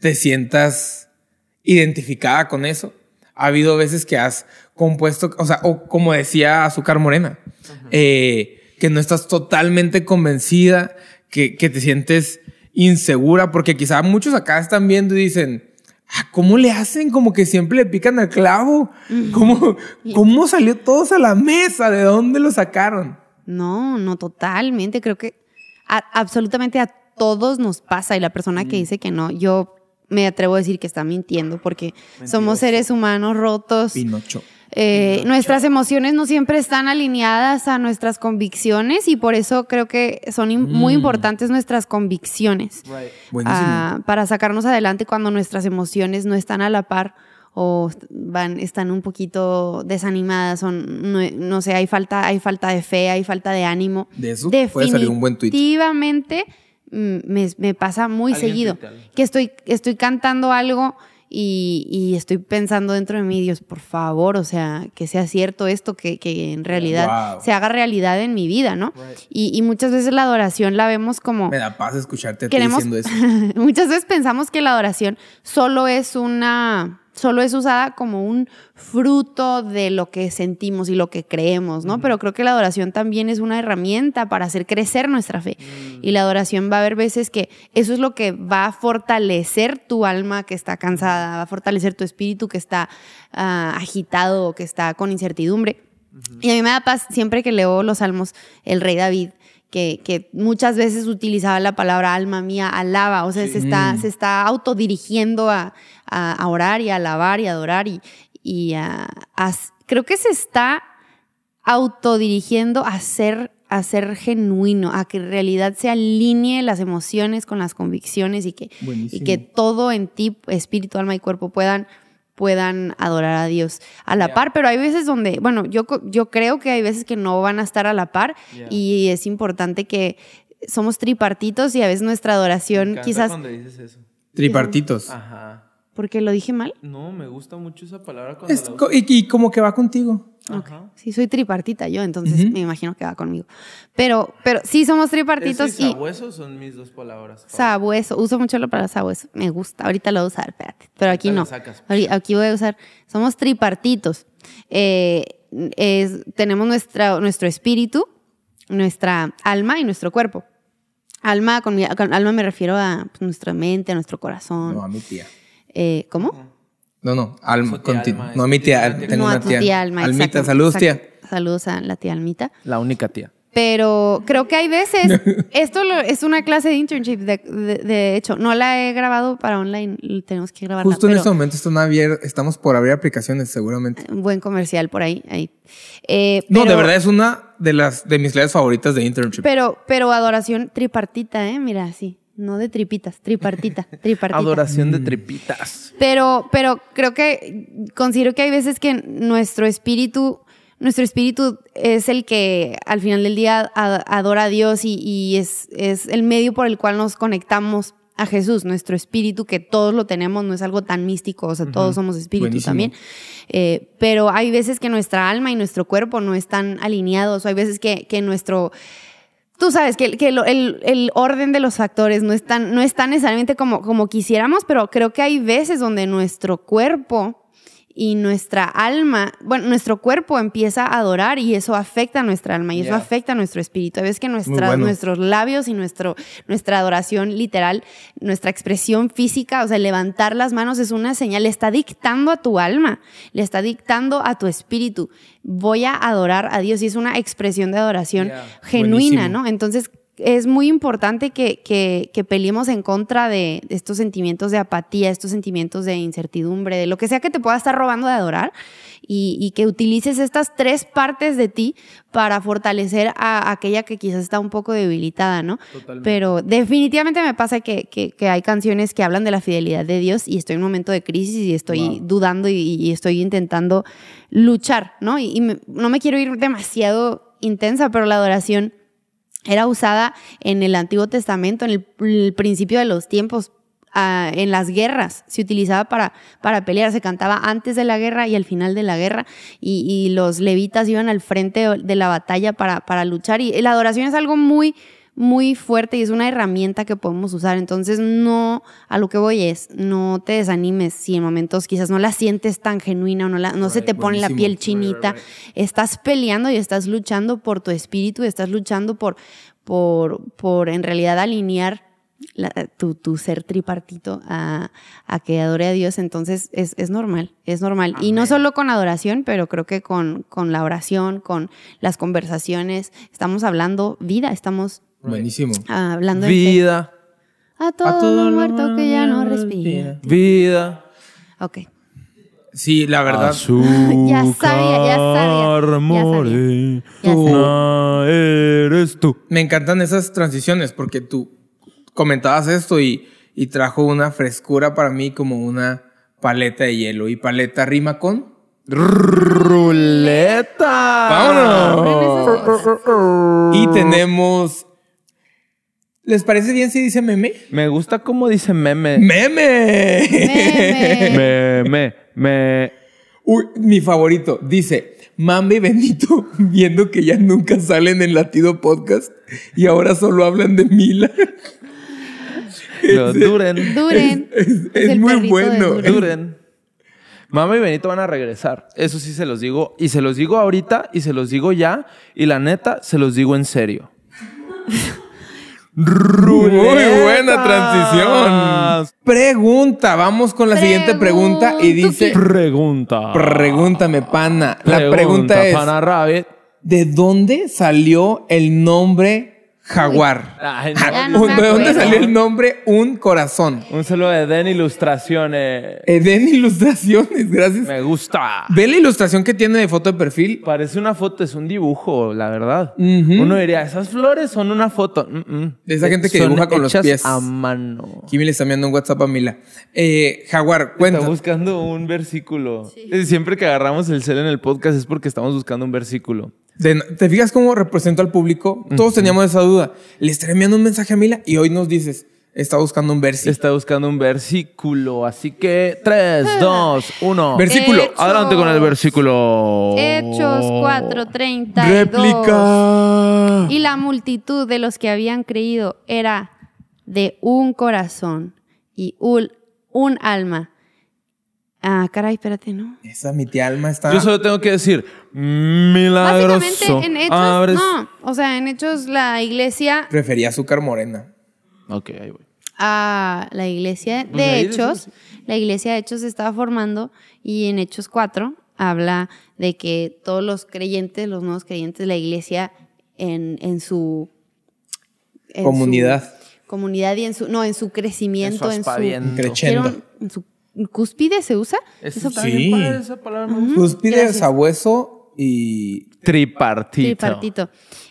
C: te sientas identificada con eso. Ha habido veces que has compuesto, o sea, o como decía Azúcar Morena, eh, que no estás totalmente convencida, que, que te sientes insegura, porque quizá muchos acá están viendo y dicen, "Ah, ¿cómo le hacen? Como que siempre le pican al clavo. ¿Cómo, ¿Cómo salió todos a la mesa? ¿De dónde lo sacaron?
B: No, no, totalmente. Creo que a- absolutamente a todos nos pasa y la persona que dice que no, yo me atrevo a decir que está mintiendo porque somos seres humanos rotos.
C: Pinocho.
B: Eh, nuestras emociones no siempre están alineadas a nuestras convicciones y por eso creo que son im-
C: Mm.
B: muy importantes nuestras convicciones
C: Buenísimo.
B: ah, para sacarnos adelante cuando nuestras emociones no están a la par o est- van, están un poquito desanimadas, son, no, no sé, hay falta, hay falta de fe, hay falta de ánimo.
C: De eso puede salir un buen tuit.
B: Definitivamente mm, me, me pasa muy
A: Alguien
B: seguido
A: tuitea algo.
B: que estoy, estoy cantando algo y, y estoy pensando dentro de mí, Dios, por favor, o sea, que sea cierto esto, que, que en realidad
C: Wow.
B: se haga realidad en mi vida, ¿no? Y, y muchas veces la adoración la vemos como...
C: Me da paz escucharte a ti
B: Queremos,
C: diciendo eso.
B: muchas veces pensamos que la adoración solo es una solo es usada como un fruto de lo que sentimos y lo que creemos, ¿no? Pero creo que la adoración también es una herramienta para hacer crecer nuestra fe.
C: Mm.
B: Y la adoración va a haber veces que eso es lo que va a fortalecer tu alma que está cansada, va a fortalecer tu espíritu que está ah, agitado, que está con incertidumbre. Y a mí me da paz siempre que leo los salmos, el rey David, que, que muchas veces utilizaba la palabra alma mía, alaba, o sea, se, está, se está autodirigiendo a, a, a orar y a alabar y a adorar y, y a, a- creo que se está autodirigiendo a ser, a ser genuino, a que en realidad se alinee las emociones con las convicciones y que, y
C: Buenísimo.
B: que todo en ti, espíritu, alma y cuerpo, puedan, puedan adorar a Dios a la par. Pero hay veces donde, bueno, yo, co- yo creo que hay veces que no van a estar a la par y es importante que somos tripartitos y a veces nuestra
A: Me
B: adoración
A: encanta
B: quizás...
A: cuando dices eso.
C: Tripartitos.
A: Ajá.
B: Porque lo dije mal.
A: No, me gusta mucho esa palabra cuando
C: Es
A: la
C: co-
A: usas.
C: y, y como que va contigo.
A: Ajá.
B: Sí, soy tripartita yo, entonces me imagino que va conmigo. Pero, pero sí somos
A: Eso y
B: tripartitos y
A: sabueso son mis dos palabras. favoritas.
B: sabueso. Uso mucho la palabra sabueso. Me gusta. Ahorita lo voy a usar, espérate. Pero aquí
A: Ahorita
B: no.
A: lo sacas.
B: Ahori- Aquí voy a usar. Somos tripartitos. Eh, es- tenemos nuestra, nuestro espíritu, nuestra alma y nuestro cuerpo. Alma, con, mi- con alma me refiero a pues, nuestra mente, a nuestro corazón.
C: No, a mi tía.
B: Eh, ¿Cómo?
C: No, no, alma.
A: Su tía
C: conti-
A: Alma, es
C: no, a mi
A: tu tía,
C: tía.
A: la tía.
C: Tengo
B: no
C: una
B: a tu tía, Alma.
C: Almita,
B: exacto,
C: saludos,
B: exacto.
C: tía.
B: Saludos a la tía Almita.
A: La única tía.
B: Pero creo que hay veces, esto lo- es una clase de internship, de, de- de hecho, no la he grabado para online, l- tenemos que grabarla.
C: Justo en
B: pero
C: este momento están abier- estamos por abrir aplicaciones, seguramente.
B: un buen comercial por ahí. ahí. Eh,
C: No, de
B: pero-
C: verdad es una de las de mis clases favoritas de internship.
B: Pero, pero adoración tripartita, ¿eh? Mira, sí, no de tripitas, tripartita, tripartita.
A: Adoración de tripitas.
B: Pero, pero creo que considero que hay veces que nuestro espíritu, nuestro espíritu es el que al final del día ad- adora a Dios y, y es, es el medio por el cual nos conectamos a Jesús, nuestro espíritu, que todos lo tenemos, no es algo tan místico, o sea, todos somos espíritus
C: Buenísimo.
B: también. Eh, pero hay veces que nuestra alma y nuestro cuerpo no están alineados, o hay veces que, que nuestro tú sabes que, que lo- el, el orden de los factores no es tan, no es tan necesariamente como, como quisiéramos, pero creo que hay veces donde nuestro cuerpo y nuestra alma, bueno, nuestro cuerpo empieza a adorar y eso afecta a nuestra alma y eso
A: Yeah.
B: afecta a nuestro espíritu. Hay veces que nuestra,
C: bueno.
B: nuestros labios y nuestro, nuestra adoración literal, nuestra expresión física, o sea, levantar las manos es una señal, le está dictando a tu alma, le está dictando a tu espíritu, voy a adorar a Dios y es una expresión de adoración
A: Yeah.
B: genuina,
C: Buenísimo.
B: ¿no? Entonces es muy importante que, que, que peleemos en contra de estos sentimientos de apatía, estos sentimientos de incertidumbre, de lo que sea que te pueda estar robando de adorar y, y que utilices estas tres partes de ti para fortalecer a aquella que quizás está un poco debilitada, ¿no? Pero definitivamente me pasa que, que- que hay canciones que hablan de la fidelidad de Dios y estoy en un momento de crisis y estoy dudando y, y estoy intentando luchar, ¿no? Y, y me- no me quiero ir demasiado intensa, pero la adoración era usada en el Antiguo Testamento, en el, el principio de los tiempos, ah, en las guerras. Se utilizaba para, para pelear, se cantaba antes de la guerra y al final de la guerra. Y, y los levitas iban al frente de- de la batalla para, para luchar. Y la adoración es algo muy muy fuerte y es una herramienta que podemos usar. Entonces, no, a lo que voy es, no te desanimes si en momentos quizás no la sientes tan genuina o no, la, no se te pone la
C: buenísimo.
B: piel chinita. Estás peleando y estás luchando por tu espíritu, estás luchando por, por, por en realidad alinear la- tu, tu ser tripartito a, a que adore a Dios. Entonces, es, es normal, es normal. Y no solo con adoración, pero creo que con, con la oración, con las conversaciones, estamos hablando vida, estamos
C: Buenísimo.
B: Ah, hablando en fe.
A: Vida,
B: A todo, lo muerto que ya no respira.
A: vida.
B: Ok.
C: Sí, la
A: Ah,
C: verdad.
B: Ya sabía, ya sabía. Ya sabía. Ya sabía.
A: eres tú.
C: Me encantan esas transiciones porque tú comentabas esto y, y trajo una frescura para mí como una paleta de hielo. Y paleta rima con.
A: Ruleta.
C: Y tenemos. ¿Les parece bien si dice meme?
A: Me gusta cómo dice meme.
C: ¡Meme!
B: Meme.
A: Meme, me.
C: Uy, mi favorito. Dice. Mame y Benito, viendo que ya nunca salen en Latido Podcast y ahora solo hablan de Mila.
A: Lo duren.
B: Duren.
C: Es, es
B: el
C: muy
B: perrito de
C: bueno.
B: Duren.
A: Duren. Mama y Benito van a regresar. Eso sí se los digo. Y se los digo ahorita y se los digo ya. Y la neta, se los digo en serio. Muy
C: Muy buena transición. Pregunta, vamos con la siguiente pregunta y dice,
A: Pregunta.
C: pregúntame pana. La pregunta es,
A: Pana Rabbit.
C: ¿de dónde salió el nombre jaguar?
A: Ay,
B: Ya
A: no.
B: no me
C: ¿De dónde
B: acuerdo.
C: salió el nombre un corazón?
A: Un saludo de Den Ilustraciones.
C: Eden Ilustraciones, gracias.
A: Me gusta.
C: Ve la ilustración que tiene de foto de perfil.
A: Parece una foto, es un dibujo, la verdad.
C: Ujú.
A: Uno diría, esas flores son una foto. Mm-mm.
C: De esa gente que
A: Son
C: dibuja con los
A: hechas
C: pies.
A: a mano.
C: Kimi le está enviando un WhatsApp a Mila. Eh, jaguar, cuenta.
A: Está buscando un versículo. Eh, Siempre que agarramos el cel en el podcast es porque estamos buscando un versículo.
C: De- ¿Te fijas cómo represento al público? Todos teníamos esa duda. Le estaré enviando un mensaje a Mila y hoy nos dices, está buscando un versi.
A: Está buscando un versículo. Así que 3, 2, 1.
C: Versículo.
B: Ah. Hechos.
A: Adelante con el versículo.
B: Hechos
A: Oh.
B: 4:32. Y la multitud de los que habían creído era de un corazón y un, un alma. Ah, caray, espérate, ¿no?
C: Esa mi tía alma está...
A: Yo solo tengo que decir, milagroso.
B: Básicamente en hechos,
A: abres-
B: no, o sea, en hechos la iglesia,
C: Prefería azúcar morena.
A: Ok, ahí voy.
B: ah, la iglesia de
A: Pues ahí
B: hechos, la iglesia de hechos se estaba formando y en hechos 4 habla de que todos los creyentes, los nuevos creyentes, la iglesia en, en su... en su
C: Comunidad.
B: comunidad y en su, no, en su crecimiento, en su...
A: aspaviento.
C: Crechendo.
B: Quiero- en su cúspide se usa.
A: Eso
C: está bien Sí. padre,
A: esa palabra.
C: Cúspide,
B: gracias.
C: sabueso y...
A: Tripartito.
B: Tripartito.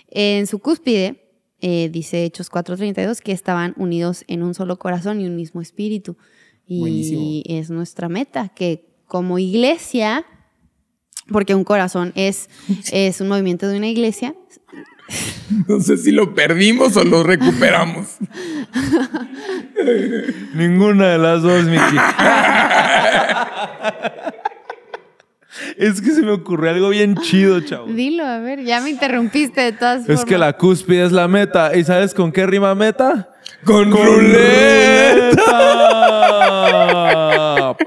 B: En su cúspide, eh, dice Hechos 4.32, que estaban unidos en un solo corazón y un mismo espíritu. Y
C: Buenísimo.
B: es nuestra meta, que como iglesia, porque un corazón es, es un movimiento de una iglesia,
C: No sé si lo perdimos o lo recuperamos.
A: Ninguna de las dos, Miki. es que se me ocurrió algo bien chido, chavo.
B: dilo, a ver, ya me interrumpiste de todas formas.
A: Es que la cúspide es la meta. ¿Y sabes con qué rima meta?
C: Con, ruleta.
A: ¡Ruleta!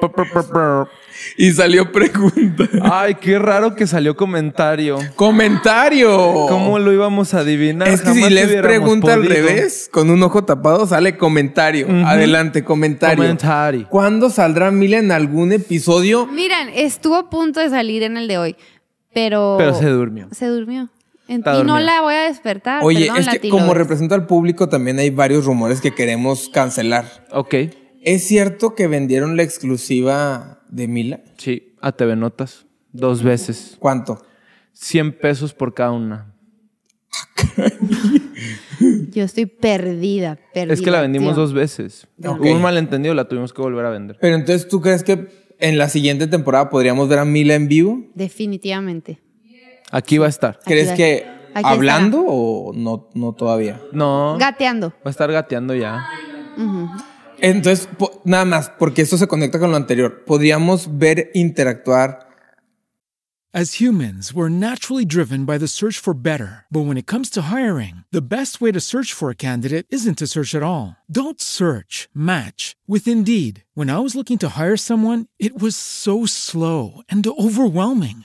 A: Pa, pa, pa, pa.
C: Y salió pregunta.
A: Ay, qué raro que salió comentario.
C: Comentario.
A: ¿Cómo lo íbamos a adivinar?
C: Oh. Es que si
A: Jamás
C: les
A: hubiéramos
C: pregunta al
A: podido.
C: revés, con un ojo tapado sale comentario. Adelante, comentario.
A: Comentario.
C: ¿Cuándo saldrá Mila en algún episodio?
B: Miran, estuvo a punto de salir en el de hoy, pero...
A: Pero se durmió.
B: Se durmió. En-
A: Está
B: y no
A: dormida.
B: la voy a despertar.
C: Oye,
B: Ah, perdón,
C: es que
B: Lati
C: como
B: Lovers.
C: represento al público también hay varios rumores que queremos cancelar.
A: Ok,
C: ¿Es cierto que vendieron la exclusiva de Mila?
A: sí, a TV Notas. Dos veces.
C: ¿Cuánto?
A: 100 pesos por cada una.
B: Yo estoy perdida, perdida.
A: Es que la vendimos
B: tío.
A: dos veces.
C: Ok.
A: Hubo un malentendido, la tuvimos que volver a vender.
C: Pero entonces, ¿tú crees que en la siguiente temporada podríamos ver a Mila en vivo?
B: Definitivamente.
A: Aquí va a estar.
C: ¿Crees
B: va-
C: que
B: aquí
C: hablando o no, no todavía?
A: No, va
B: Gateando.
A: a estar gateando ya.
C: Entonces, po- nada más, porque esto se conecta con lo anterior. Podríamos ver interactuar.
F: As humans, we're naturally driven by the search for better. But when it comes to hiring, the best way to search for a candidate isn't to search at all. Don't search, match with Indeed. When I was looking to hire someone, it was so slow and overwhelming.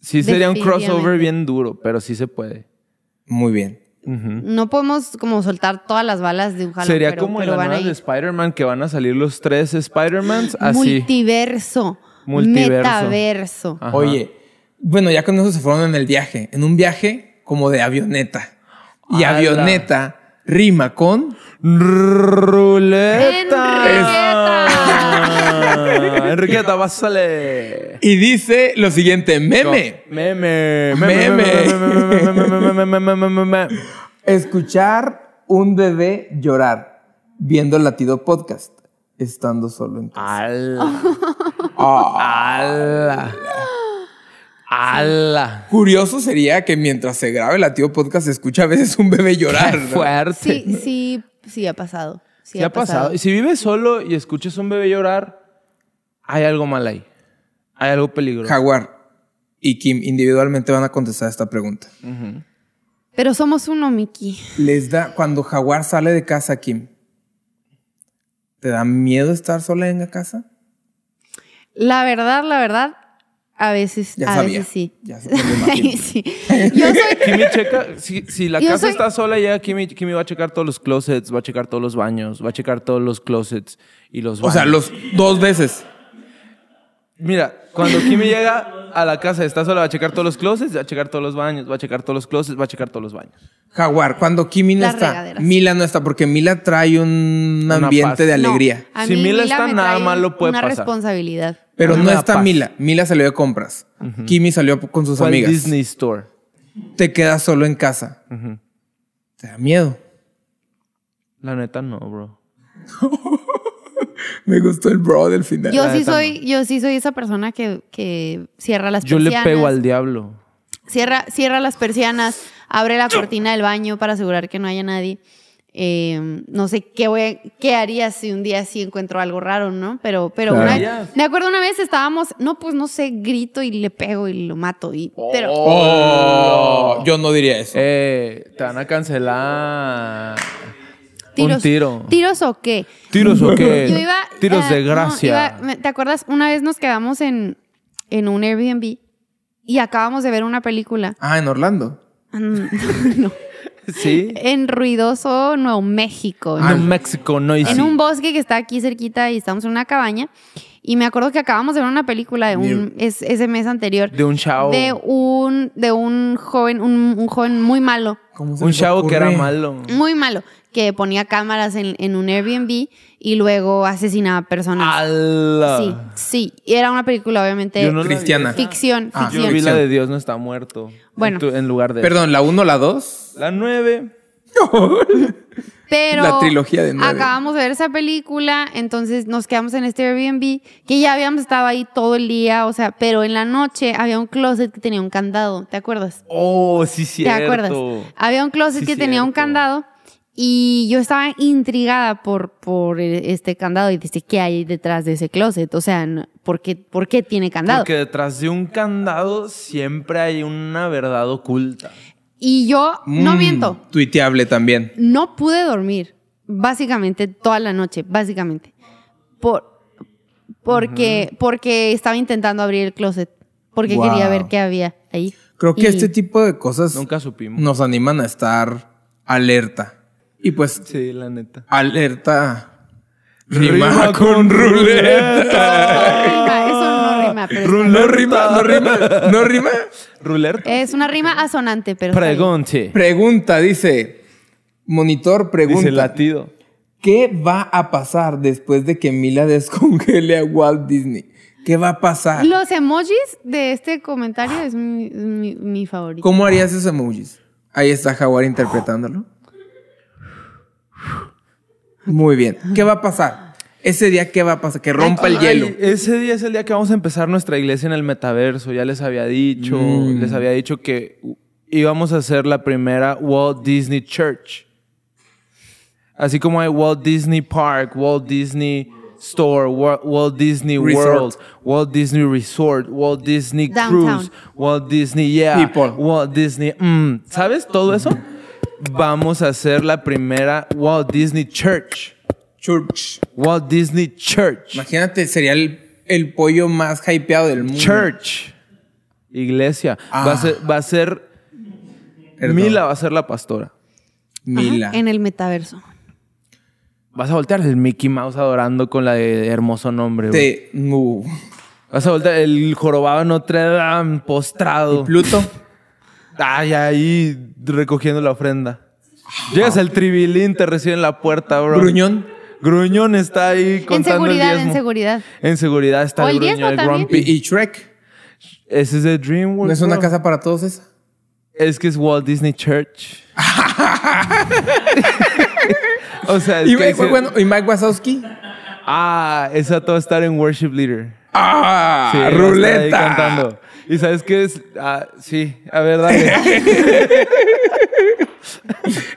A: Sí sería un crossover
B: Definitivamente.
A: bien duro, pero sí se puede.
C: Muy bien.
B: No podemos como soltar todas las balas de un jalón.
A: sería
B: pero-
A: como en
B: pero
A: la
B: van
A: nueva
B: a
A: de
B: ir.
A: Spider-Man que van a salir los tres Spider-Mans así.
B: Multiverso.
A: Multiverso. Ah,
B: Metaverso.
A: Ajá.
C: Oye, bueno, ya con eso se fueron en el viaje. En un viaje como de avioneta. Y
A: ¡Hala!
C: avioneta rima con.
A: Ruleta.
B: Enriqueta.
A: Enriqueta, pásale.
C: Y dice lo siguiente: meme.
A: Meme.
C: Meme.
A: Meme. Meme. Meme. Meme. Meme.
C: Escuchar un bebé llorar viendo el latido podcast. Estando solo en
A: Ah.
C: casa.
A: Ala. Ala. Ala.
C: Curioso sería que mientras se grabe el latido podcast se escucha a veces un bebé llorar.
A: Qué
C: ¿no?
A: fuerte.
B: Sí, sí, sí ha pasado. Sí,
A: Sí ha pasado. Y si vives solo y escuchas a un bebé llorar, hay algo mal ahí. Hay algo peligroso.
C: Jaguar y Kim individualmente van a contestar esta pregunta.
B: Pero somos uno, Miki.
C: Les da, cuando Jaguar sale de casa, Kim, ¿te da miedo estar sola en la casa?
B: La verdad, la verdad, a veces,
C: Ya
B: a
C: sabía.
B: veces sí.
C: Ya se- me lo imagino.
B: Sí. Yo soy
A: Kimi checa, si, si la
B: Yo
A: casa
B: soy-
A: está sola, ya Kimi, Kimi va a checar todos los closets, va a checar todos los baños, va a checar todos los closets y los
C: O
A: baños.
C: sea, los dos veces.
A: Mira, cuando Kimi llega a la casa, está sola, va a checar todos los closets, va a checar todos los baños, va a checar todos los closets, va a checar todos los baños.
C: Jaguar, cuando Kimi no
B: Las
C: está,
B: regaderas.
C: Mila no está, porque Mila trae un
A: Una
C: ambiente
A: paz.
C: de
B: No,
C: alegría.
B: a
A: Si
B: mí
A: Mila está,
B: me
A: nada
B: trae
A: malo puede
B: una
A: pasar.
B: responsabilidad.
C: Pero
A: a mí
C: no
A: me da
C: está
A: paz.
C: Mila. Mila salió de compras. Kimi salió con sus
A: ¿Cuál
C: amigas.
A: Disney Store?
C: Te quedas solo en casa. Te da miedo.
A: La neta no, bro.
C: Me gustó el bro del final.
B: Yo sí
A: neta,
B: soy, yo sí soy esa persona que, que cierra las
A: Yo le
B: persianas.
A: pego al diablo.
B: Cierra, cierra las persianas, abre la cortina del baño para asegurar que no haya nadie. Eh, no sé qué, voy a- qué haría si un día sí encuentro algo raro, ¿no? Pero, pero
C: Claro.
B: una, me acuerdo una vez estábamos, no, pues no sé, grito y le pego y lo mato. Y, pero
C: Oh, yo no diría eso.
A: Eh, te van a cancelar.
B: tiros,
A: Un tiro.
B: ¿Tiros o qué?
A: ¿Tiros o qué?
B: Yo iba,
A: Tiros
B: eh,
A: de
B: no,
A: gracia.
B: iba- me- ¿Te acuerdas? Una vez nos quedamos en, en un Airbnb y acabamos de ver una película
C: Ah, en Orlando.
A: Sí.
B: en ruidoso Nuevo México.
A: No,
B: en-
A: México, no
B: en un bosque que está aquí cerquita y estamos en una cabaña. Y me acuerdo que acabamos de ver una película de un es- ese mes anterior.
A: De un chavo.
B: De un, de un joven, un, un joven muy malo.
C: ¿Cómo se
A: Un
C: les
A: chavo que era
C: ocurre?
A: malo.
B: Muy malo. Que ponía cámaras en, en un Airbnb y luego asesinaba personas.
A: ¡Ala!
B: Sí, sí. Y era una película, obviamente.
A: Ah. Yo no la vi
C: Cristiana.
A: esa.
B: Ficción,
C: Ah,
A: Yo
B: ficción.
A: vi la
C: Ficción.
A: de Dios no está muerto.
B: Bueno.
A: En, tu- en lugar de.
C: Perdón, la 1, la 2.
A: La 9.
B: Pero
C: La trilogía de nueve.
B: acabamos de ver esa película, entonces nos quedamos en este Airbnb que ya habíamos estado ahí todo el día, o sea, pero en la noche había un closet que tenía un candado, ¿te acuerdas?
A: Oh, sí,
B: ¿Te
A: cierto.
B: acuerdas? Había un closet
A: Sí,
B: que tenía un
A: cierto.
B: candado y yo estaba intrigada por, por eh, este candado y dice, ¿qué hay detrás de ese closet? O sea, no- ¿por qué, por qué tiene candado?
A: Porque detrás de un candado siempre hay una verdad oculta.
B: Y yo, no
C: Mm,
B: miento,
C: Tuiteable también.
B: no pude dormir básicamente toda la noche, básicamente. Por, porque, porque estaba intentando abrir el closet, porque
C: Wow.
B: quería ver qué había ahí.
C: Creo que
B: Y-
C: este tipo de cosas
A: Nunca supimos.
C: nos animan a estar alerta. Y pues,
A: Sí, la neta.
C: alerta. Rima con
B: No
C: ruleta.
B: rima, eso no rima, pero está bien.
C: No rima, no rima, no rima.
A: Ruler.
B: es una rima asonante, pero está bien.
A: Pregunte.
C: Pregunta, dice. Monitor
A: Dice
C: pregunta.
A: latido.
C: ¿Qué va a pasar después de que Mila descongele a Walt Disney? ¿Qué va a pasar?
B: los emojis de este comentario es mi, mi- mi favorito.
C: ¿Cómo harías esos emojis? Ahí está Jaguar interpretándolo. Muy bien. ¿Qué va a pasar? Ese día, ¿qué va a pasar? Que rompa el
A: Ay,
C: hielo.
A: Ese día es el día que vamos a empezar nuestra iglesia en el metaverso. Ya les había dicho,
C: Mm.
A: les había dicho que u- íbamos a hacer la primera Walt Disney Church. Así como hay Walt Disney Park, Walt Disney Store, Wa- Walt Disney World,
C: Resort.
A: Walt Disney Resort, Walt Disney
B: Downtown.
A: Cruise, Walt Disney Yeah,
C: People.
A: Walt Disney mm. ¿Sabes todo eso? vamos a hacer la primera Walt Disney Church.
C: Church.
A: Walt Disney Church.
C: Imagínate, sería el, el pollo más hypeado del mundo.
A: Church. Iglesia. Va a ser, va a ser
C: Ah. Perdón.
A: Mila va a ser la pastora.
C: Mila.
B: Ajá, en el metaverso.
A: Vas a voltear el Mickey Mouse adorando con la de hermoso nombre. güey.
C: Te- no.
A: Vas a voltear el jorobado en Notre Dame postrado.
C: Pluto.
A: Ay, ahí recogiendo la ofrenda. Llegas al tribilín, te reciben la puerta, bro.
C: Gruñón.
A: Gruñón está ahí
B: En
A: contando el
B: seguridad,
A: diezmo.
B: en seguridad.
A: En seguridad está
B: O
A: el
B: el
A: gruñón,
B: diezmo
A: el
B: también.
A: grumpy.
C: Y, y Shrek.
A: Ese es de DreamWorks.
C: ¿No es una
A: bro.
C: casa para todos esa?
A: Es que es Walt Disney Church. o sea, es
C: Y,
A: que dice-
C: bueno, y Mike Wazowski.
A: ah, esa todo va a estar en Worship Leader.
C: ¡Ah!
A: Sí, va a estar ahí
C: ¡Ruleta!
A: cantando. ¿Y sabes qué es? Ah, sí, a ver, dale.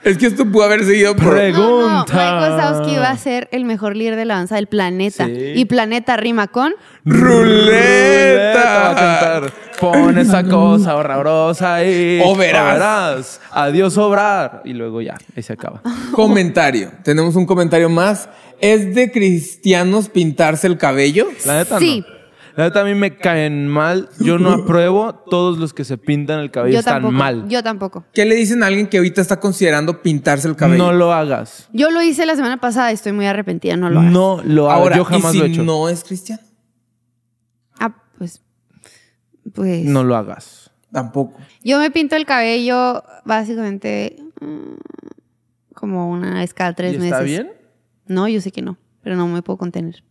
C: Es que esto pudo haber seguido por.
B: No, no, Mike
A: Pregunta.
B: Wazowski va a ser el mejor líder de la danza del planeta.
A: Sí.
B: Y planeta rima con.
A: Ruleta va a cantar. Pon esa cosa horrorosa y.
C: O verás.
A: Adiós, obrar. Y luego ya, ahí se acaba.
C: Comentario. Tenemos un comentario más. ¿Es de cristianos pintarse el cabello?
A: La neta
B: Ah, Sí.
A: no. La neta a mí me caen mal. Yo no apruebo. Todos los que se pintan el cabello
B: Yo
A: están
B: tampoco.
A: mal.
B: Yo tampoco.
C: ¿Qué le dicen a alguien que ahorita está considerando pintarse el cabello?
A: No lo hagas.
B: Yo lo hice la semana pasada, estoy muy arrepentida, no lo hagas.
A: No lo hagas.
C: Ahora,
A: Yo jamás
C: ¿y si
A: lo he hecho. No,
C: no es cristiano?
B: Ah, pues. Pues.
A: lo hagas.
C: Tampoco.
B: Yo me pinto el cabello básicamente mm, como una vez cada tres
A: ¿Y
B: meses.
A: ¿Está bien?
B: No, yo sé que no, pero no me puedo contener.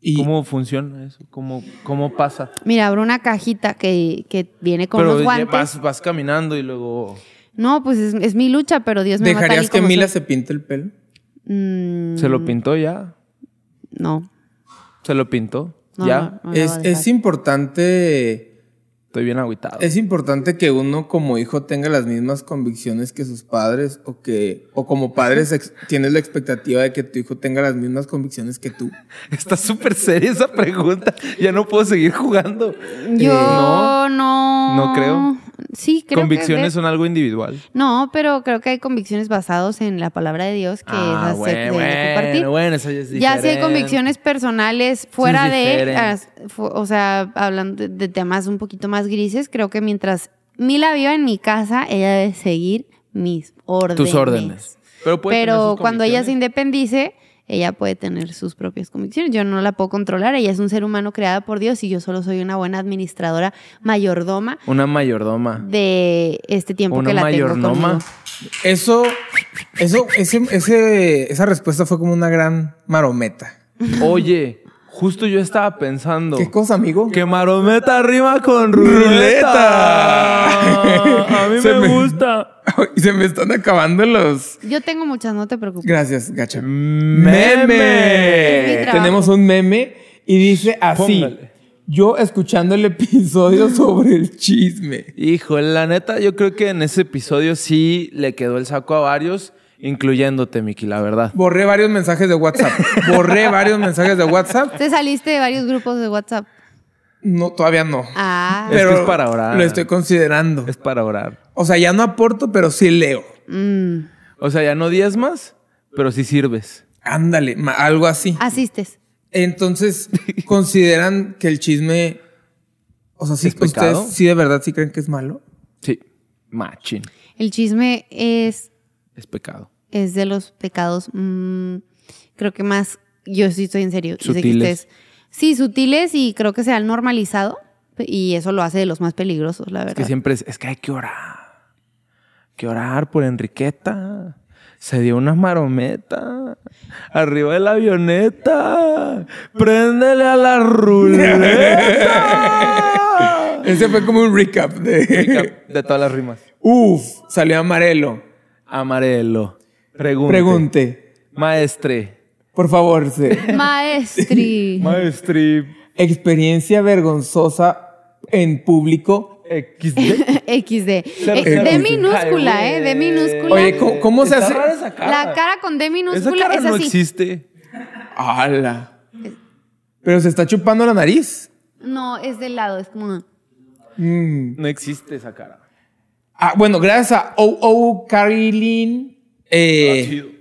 C: Y
A: ¿Cómo funciona eso? ¿Cómo, cómo pasa?
B: Mira, abro una cajita que, que viene con
A: Pero
B: los
A: ya
B: guantes.
A: Vas, vas caminando y luego
B: No, pues es, es mi lucha, pero Dios me va a
C: ¿Dejarías que Mila se pinte el pelo?
A: se lo pintó ya.
B: Mm, No,
A: Se lo pintó.
B: no,
A: ya.
B: Ah, no, no la
C: Es,
B: voy a
C: es
B: dejar.
C: importante.
A: Estoy bien agüitado.
C: Es importante que uno como hijo tenga las mismas convicciones que sus padres o que o como padres ex- tienes la expectativa de que tu hijo tenga las mismas convicciones que tú.
A: Está súper seria esa pregunta. Ya no puedo seguir jugando.
B: Mm,
A: Eh,
B: Yo
A: No.
B: no, no.
A: no creo.
B: Sí, creo
A: Convicciones
B: que. de-
A: son algo individual.
B: No, pero creo que hay convicciones basadas en la palabra de Dios que
A: Ah,
B: es hacer-
A: bueno,
B: de- de compartir.
A: bueno, bueno, eso ya es
B: Ya si hay
A: diferente.
B: convicciones personales fuera
A: es
B: de,
A: diferente.
B: as- fu- o sea, hablando de, de temas un poquito más grises, creo que mientras Mila viva en mi casa, ella debe seguir mis órdenes.
A: Tus órdenes. Pero, puede tener
B: Pero
A: sus
B: cuando ella se
A: convicciones.
B: independice, ella puede tener sus propias convicciones. Yo no la puedo controlar. Ella es un ser humano creada por Dios y yo solo soy una buena administradora, mayordoma
A: Una mayordoma.
B: de este tiempo
A: Una
B: que la tengo
A: mayordoma.
B: conmigo.
C: Eso, eso, ese, ese- esa respuesta fue como una gran marometa.
A: Oye, justo yo estaba pensando.
C: ¿Qué cosa, amigo?
A: Que marometa rima con ruleta.
C: Ruleta.
A: A mí
C: Se
A: me,
C: me-
A: gusta.
C: Y se me están acabando los.
B: Yo tengo muchas, no te preocupes.
C: Gracias, gacha.
B: Es mi
C: Meme.
B: trabajo.
C: Tenemos un meme y dice así.
A: Póngale.
C: Yo escuchando el episodio sobre el chisme.
A: Hijo, la neta, yo creo que en ese episodio sí le quedó el saco a varios, incluyéndote, Miki, la verdad.
C: Borré varios mensajes de WhatsApp. Borré varios mensajes de WhatsApp.
B: Te saliste de varios grupos de WhatsApp.
C: No, todavía no.
B: Ah.
A: Es que es para orar.
C: Lo estoy considerando.
A: Es para orar.
C: O sea, ya no aporto, pero sí leo.
B: mm,
A: O sea, ya no diezmas, pero sí sirves.
C: Ándale, ma- algo así.
B: asistes.
C: Entonces, ¿consideran que el chisme, o sea, si
A: ¿Es pecado?
C: ustedes sí de verdad sí creen que es malo?
A: Sí, machín.
B: El chisme es,
A: Es pecado.
B: es de los pecados, mm, creo que más, yo sí estoy en serio. yo sé que
A: Sutiles.
B: ustedes- sí, sutiles y creo que se han normalizado y eso lo hace de los más peligrosos, la
A: Es
B: verdad.
A: que siempre es, es que hay que orar. Hay que orar por Enriqueta. Se dio una marometa. Arriba de la avioneta. Préndele a la ruleta.
C: Ese fue como un recap de...
A: De todas las rimas.
C: Uf, salió amarelo.
A: Amarelo. Pregunte.
C: Pregunte,
A: Maestre.
C: por favor, se-
B: Maestri.
A: Maestri.
C: experiencia vergonzosa en público.
A: XD.
B: XD.
A: Cero,
B: Eh,
A: cero.
B: de
A: Ay,
B: minúscula,
A: güey.
B: ¿eh? De minúscula.
C: Oye, ¿cómo, cómo se
A: Está
C: hace?
A: rara esa cara.
B: la cara con D
A: Esa
B: minúscula
A: cara
B: es
A: no
B: así.
A: existe.
C: ¡Hala! Pero se está chupando la nariz.
B: No, es de lado, es como.
A: No existe esa cara.
C: Ah, bueno, gracias a OO Carilyn. eh,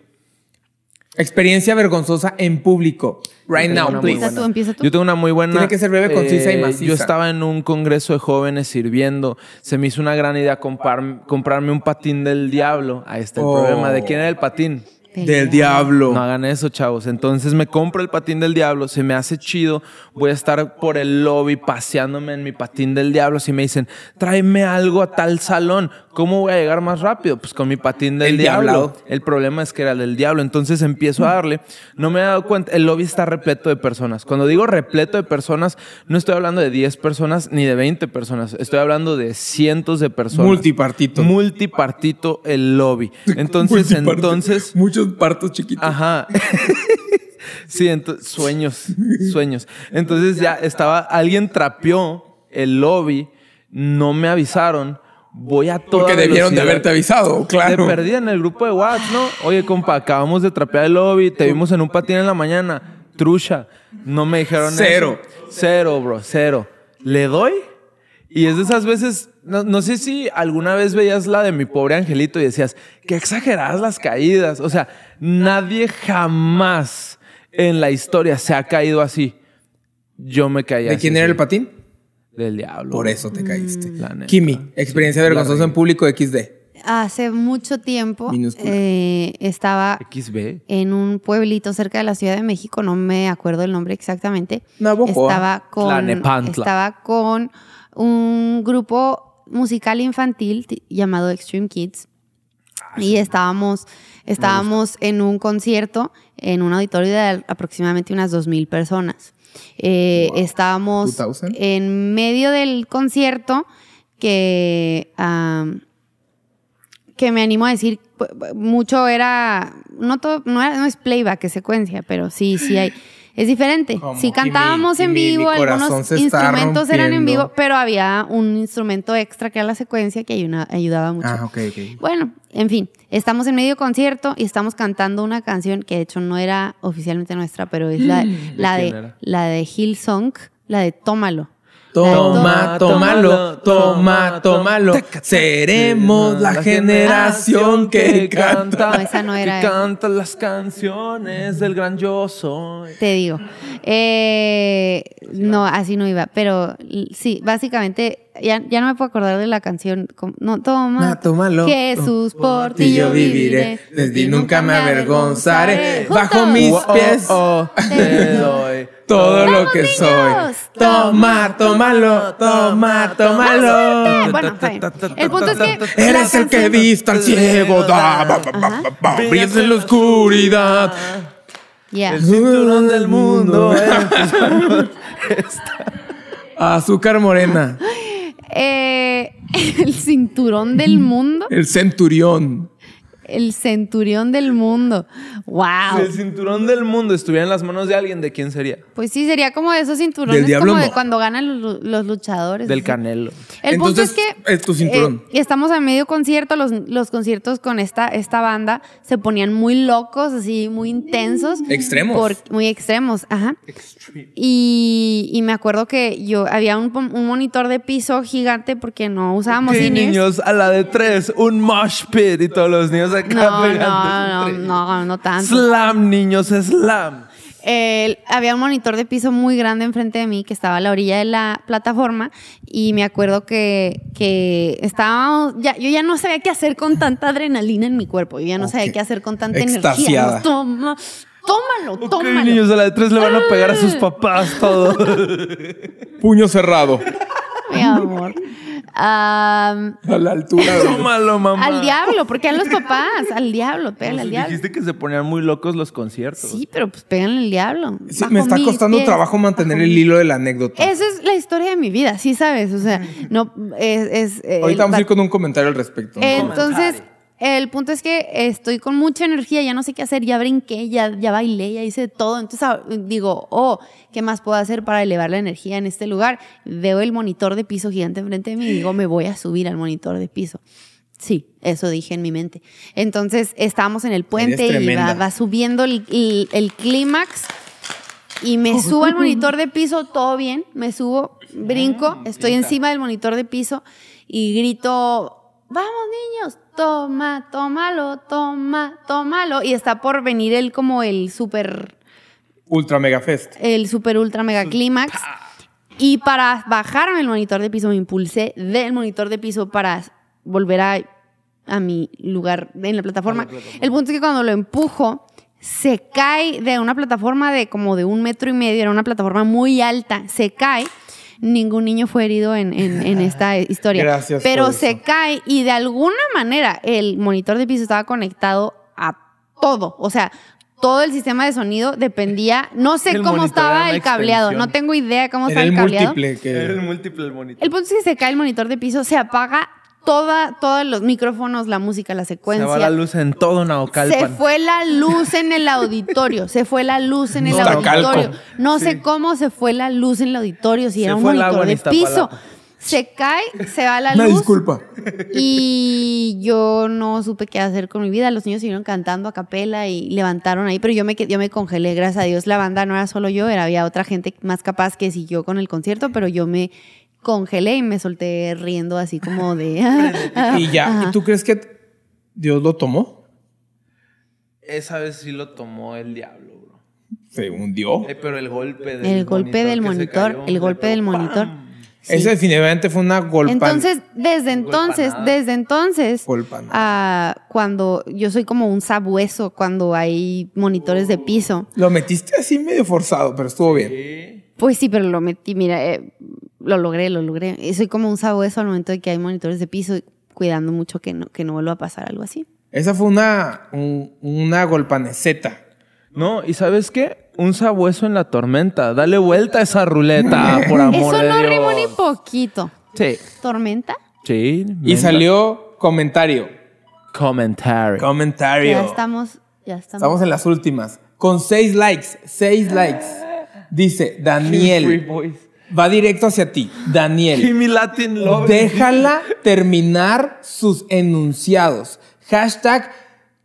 C: experiencia vergonzosa en público. Right
A: Tengo una
C: now,
A: muy
C: please.
B: Empieza tú, empieza tú.
A: Yo tengo una muy buena. eh,
C: Tiene que ser breve, concisa y maciza.
A: Yo estaba en un congreso de jóvenes sirviendo. Se me hizo una gran idea compar- comprarme un patín del diablo. Ahí está el
C: Oh.
A: problema. ¿De quién era el patín?
C: Del diablo.
A: No hagan eso, chavos. Entonces me compro el patín del diablo, se me hace chido. Voy a estar por el lobby paseándome en mi patín del diablo. Si me dicen, tráeme algo a tal salón, ¿cómo voy a llegar más rápido? Pues con mi patín del
C: El
A: diablo.
C: diablado.
A: El problema es que era el del diablo. Entonces empiezo a darle. No me he dado cuenta, el lobby está repleto de personas. Cuando digo repleto de personas, no estoy hablando de 10 personas ni de 20 personas. Estoy hablando de cientos de personas.
C: Multipartito.
A: Multipartito el lobby. Entonces,
C: Multiparto.
A: entonces.
C: Muchos partos chiquitos.
A: Ajá. sí, ento- sueños, sueños. Entonces ya estaba, alguien trapeó el lobby, no me avisaron, voy a toda
C: Porque debieron de
A: velocidad.
C: haberte avisado, claro.
A: Te perdí en el grupo de WhatsApp, ¿no? Oye, compa, acabamos de trapear el lobby, te vimos en un patín en la mañana. Trucha. No me dijeron
C: Cero.
A: eso. Cero, bro, cero. ¿Le doy? Y es de esas veces, no, no sé si alguna vez veías la de mi pobre angelito y decías, qué exageradas las caídas. O sea, nadie jamás en la historia se ha caído así. Yo me caí
C: ¿De
A: así,
C: quién era
A: sí.
C: el patín?
A: Del diablo. Mm,
C: Por eso te caíste.
A: La neta.
C: Kimi, experiencia vergonzosa en público XD.
B: Hace mucho tiempo
C: Minúscula.
B: eh, estaba
A: XB.
B: en un pueblito cerca de la Ciudad de México, no me acuerdo el nombre exactamente.
C: Navojoa.
B: Estaba con,
A: Tlanepantla.
B: estaba con un grupo musical infantil t- llamado Extreme Kids. Y estábamos, estábamos en un concierto en un auditorio de aproximadamente unas 2.000 personas. Eh, Estábamos
C: 2000.
B: en medio del concierto que, am, que me animo a decir, p- p- mucho era, no, todo, no, era- no es playback, es secuencia, pero sí, sí hay. Es diferente.
C: Como
B: sí
C: que mi-
B: cantábamos
C: que
B: en
C: mi- mi
B: vivo,
C: corazón
B: algunos
C: se está
B: instrumentos eran en vivo,
C: rompiendo.
B: pero había un instrumento extra que era la secuencia que ayuna- ayudaba mucho.
C: Ah, ok, ok.
B: Bueno, en fin, estamos en medio concierto y estamos cantando una canción que de hecho no era oficialmente nuestra, pero es la,
C: Mm,
B: la
A: quién
B: de
A: era?
B: la de Hillsong, la de Tómalo.
C: Toma, tómalo, toma, tómalo. Seremos la generación que canta.
B: No, esa no era,
A: Que
B: eh.
A: canta las canciones del gran yo soy.
B: Te digo. Eh, no, así no iba, pero l- sí, básicamente ya, ya no me puedo acordar de la canción. como- No, toma.
C: No, tómalo.
B: Jesús, por
C: Y
B: ti
C: yo viviré, de ti nunca me avergonzaré. Bajo mis
A: Oh, oh,
C: pies
A: oh, te doy.
C: todo lo que
B: ¡Vamos,
C: soy.
B: niños!
C: Toma, tómalo, toma, tómalo.
B: Bueno, está bien. El punto es que la
C: Eres el que
B: canción-
C: vista al ciego, da, ba, ba, ba, ba, ba, brillas en la oscuridad.
B: Ya.
A: El cinturón del mundo. eh.
C: Azúcar morena,
B: Eh, el cinturón del mundo.
C: el centurión.
B: El centurión del mundo.
A: Si el
B: ¡Wow!
A: cinturón del mundo estuviera en las manos de alguien, ¿de quién sería?
B: Pues sí, sería como de esos cinturones
C: Del diablo
B: como de
C: no.
B: cuando ganan los, los luchadores.
A: Del
B: así.
A: Canelo.
B: El punto es
C: Entonces,
B: que
C: es tu cinturón.
B: eh, estamos a medio concierto, los, los conciertos con esta, esta banda se ponían muy locos, así muy intensos.
C: Extremos.
B: Por- muy extremos, ajá. Y, y me acuerdo que yo había un, pom- un monitor de piso gigante porque no usábamos
A: Sí,
B: in-ears.
A: niños, a la de tres, un mosh pit y todos los niños acá
B: No,
A: pegándose
B: no, no,
A: entre
B: no, no tanto.
A: Slam, niños, slam.
B: El- había un monitor de piso muy grande enfrente de mí que estaba a la orilla de la plataforma y me acuerdo que, que estábamos, ya, yo ya no sabía qué hacer con tanta adrenalina en mi cuerpo, yo ya no sabía
C: Ok.
B: qué hacer con tanta
C: Extasiada.
B: energía. Toma, tómalo,
A: Ok,
B: tómalo.
A: niños, a la de tres le van a pegar a sus papás todo.
C: Puño cerrado.
B: Mi amor. Am,
C: A la altura. de-
A: Tómalo, mamá.
B: al diablo, porque a los papás, al diablo, pégale al diablo.
A: Dijiste que se ponían muy locos los conciertos.
B: Sí, pero pues pégale al diablo.
C: Sí,
B: Bajo
C: me está
B: mis
C: costando
B: pies,
C: trabajo mantener
B: bajo
C: el
B: mis
C: hilo de la anécdota.
B: Esa es la historia de mi vida, sí sabes, o sea, no es... es eh,
C: Ahorita vamos a
B: va-
C: ir con un comentario al respecto. ¿no?
B: Entonces, el punto es que estoy con mucha energía, ya no sé qué hacer, ya brinqué, ya, ya bailé, ya hice todo, entonces ah, digo, oh, ¿qué más puedo hacer para elevar la energía en este lugar? Veo el monitor de piso gigante enfrente de mí y digo, me voy a subir al monitor de piso. Sí, eso dije en mi mente. Entonces estábamos en el puente y
C: tremenda.
B: va, va subiendo el, el- el clímax y me subo al monitor de piso, todo bien, me subo, brinco, estoy encima del monitor de piso y grito vamos niños, toma, tómalo, toma, tómalo. Y está por venir el como el super,
C: Ultra Mega Fest.
B: el super ultra mega clímax. Y para bajarme el monitor de piso, me impulsé del monitor de piso para volver a, a mi lugar en la plataforma. El punto es que cuando lo empujo, se cae de una plataforma de como de un metro y medio, era una plataforma muy alta, se cae. Ningún niño fue herido en, en- en esta historia.
C: Gracias
B: Pero
C: por
B: se
C: eso.
B: cae y de alguna manera el monitor de piso estaba conectado a todo. O sea, todo el sistema de sonido dependía, no sé
A: El
B: cómo
A: monitor era
B: estaba
A: una
B: el cableado,
A: extensión.
B: no tengo idea de cómo
C: Era
B: estaba
C: el
B: el cableado.
C: múltiple que...
A: múltiple el monitor.
B: El punto es que se cae el monitor de piso, se apaga toda, todos los micrófonos, la música, la
A: Se
B: secuencia.
A: va la luz en todo Naucalpan.
B: Se fue la luz en el auditorio, se fue la luz en el
A: No,
C: Iztacalco.
B: auditorio. No sé cómo se fue la luz en el auditorio, si
A: Se
B: era un
A: fue el agua
B: monitor
A: en
B: de piso.
A: Iztapalapa.
B: Se cae, se va la
C: Una
B: luz.
C: disculpa.
B: Y yo no supe qué hacer con mi vida. Los niños siguieron cantando a capela y levantaron ahí, pero yo me, qued- yo me congelé. Gracias a Dios, la banda no era solo yo, era, había otra gente más capaz que siguió con el concierto, pero yo me congelé y me solté riendo así como de... "Ah,
C: Y ya, ¿y tú crees que t- Dios lo tomó?
A: Esa vez sí lo tomó el diablo, bro.
C: Se hundió.
A: Eh, pero el golpe del
B: El golpe del
A: que se
B: monitor,
A: cayó,
B: el
A: le
B: golpe
A: pegó,
B: del
A: ¡pam!
B: monitor. Sí.
C: Eso definitivamente fue una golpa.
B: Entonces, desde entonces,
A: Golpanada.
B: desde entonces,
C: Golpanada.
B: ah, cuando yo soy como un sabueso cuando hay monitores
A: Oh.
B: de piso,
C: Lo metiste así medio forzado, pero estuvo bien.
B: Pues sí, pero lo metí, mira, eh, lo logré, lo logré. Y Soy como un sabueso al momento de que hay monitores de piso, cuidando mucho que no, que no vuelva a pasar algo así.
C: Esa fue una, un- una golpaneceta.
A: No, ¿y sabes qué? Un sabueso en la tormenta. Dale vuelta a esa ruleta, por amor
B: Eso
A: de
B: no
A: Dios.
B: rimó ni poquito.
A: Sí.
B: ¿Tormenta?
A: Sí.
C: Y
A: mientras-
C: salió comentario.
A: Comentario.
C: Comentario.
B: Ya estamos, ya estamos.
C: Estamos en las últimas. Con seis likes, seis likes. Dice
A: Free
C: Daniel.
A: Boys.
C: Va directo hacia ti. Daniel.
A: Jimmy Latin Love.
C: Déjala terminar sus enunciados. Hashtag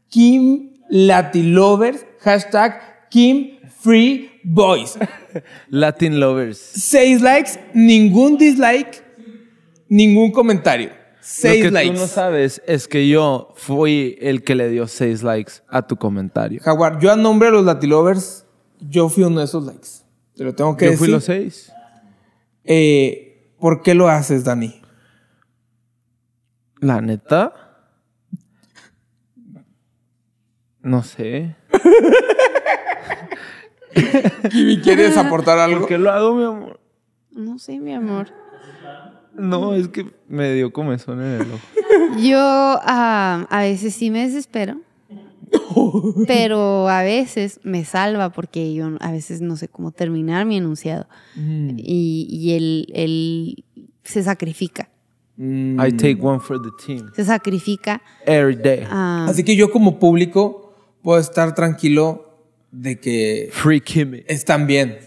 C: Kim Latilovers. Hashtag Kim Free Boys.
A: Latin Lovers.
C: Seis likes, ningún dislike, ningún comentario. Seis
A: Lo que
C: likes.
A: tú no sabes es que yo fui el que le dio seis likes a tu comentario.
C: Jaguar, yo a nombre de los Latilovers, yo fui uno de esos likes. Te lo tengo que
A: Yo
C: decir.
A: fui los seis.
C: Eh, ¿Por qué lo haces, Dani?
A: La neta. No sé.
C: Kimi, ¿quieres aportar algo?
A: ¿Por qué lo hago, mi amor?
B: No sé, mi amor.
A: No, es que me dio comezón en el ojo.
B: Yo ah, a veces sí me desespero, pero a veces me salva porque yo a veces no sé cómo terminar mi enunciado.
A: Mm.
B: Y, y él, él se sacrifica,
C: Mm.
A: I take one for the team.
B: se sacrifica.
A: Every day.
B: ah,
C: Así que yo como público puedo estar tranquilo de que
A: Free Kimmy.
C: están bien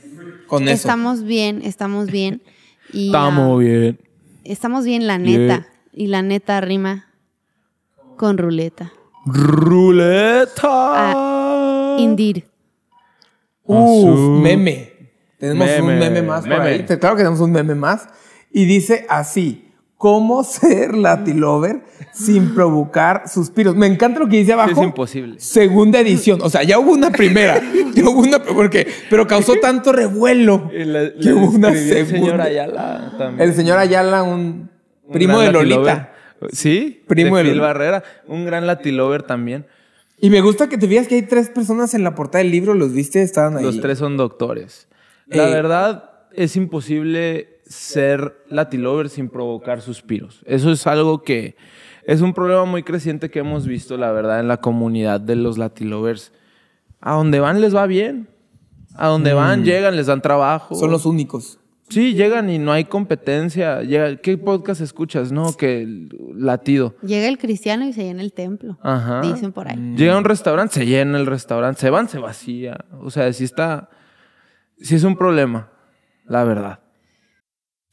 C: con eso.
B: Estamos bien, estamos bien. Y, ah,
A: Estamos bien.
B: Estamos bien, la neta. Y la neta rima con ruleta.
C: Ah,
A: Ruleta.
B: Indir.
C: Uf, Ah, meme. Tenemos un
A: Meme,
C: meme más por
A: meme.
C: ahí. Te- Claro que tenemos un meme más. Y dice así. ¿Cómo ser latilover sin provocar suspiros? Me encanta lo que dice abajo.
A: es imposible.
C: Segunda edición. O sea, ya hubo una primera. ya hubo una porque, pero causó tanto revuelo
A: Y la-
C: que
A: la
C: hubo una
A: escribió el
C: segunda.
A: señor Ayala también.
C: El señor Ayala, un primo
A: gran
C: de
A: Latilover.
C: Lolita.
A: Sí, primo
C: Primo de
A: de Phil
C: Lolita.
A: Barrera, un gran Latilover también.
C: Y me gusta que te fijas que hay tres personas en la portada del libro. ¿Los viste? Estaban ahí.
A: Los tres son doctores. La
C: Eh.
A: verdad es imposible ser Latilover sin provocar suspiros. Eso es algo que es un problema muy creciente que hemos visto, la verdad, en la comunidad de los Latilovers. A donde van les va bien. A donde van, llegan, les dan trabajo.
C: Mm. Son los únicos.
A: Sí, llegan y no hay competencia. Llega- ¿Qué podcast escuchas? No, que el latido.
B: Llega el cristiano y se llena el templo.
A: Ajá. Mm.
B: Dicen por ahí.
C: Mm.
A: Llega a un restaurante, se llena el restaurante, se van, se vacía. O sea, sí está. Sí es un problema, la verdad.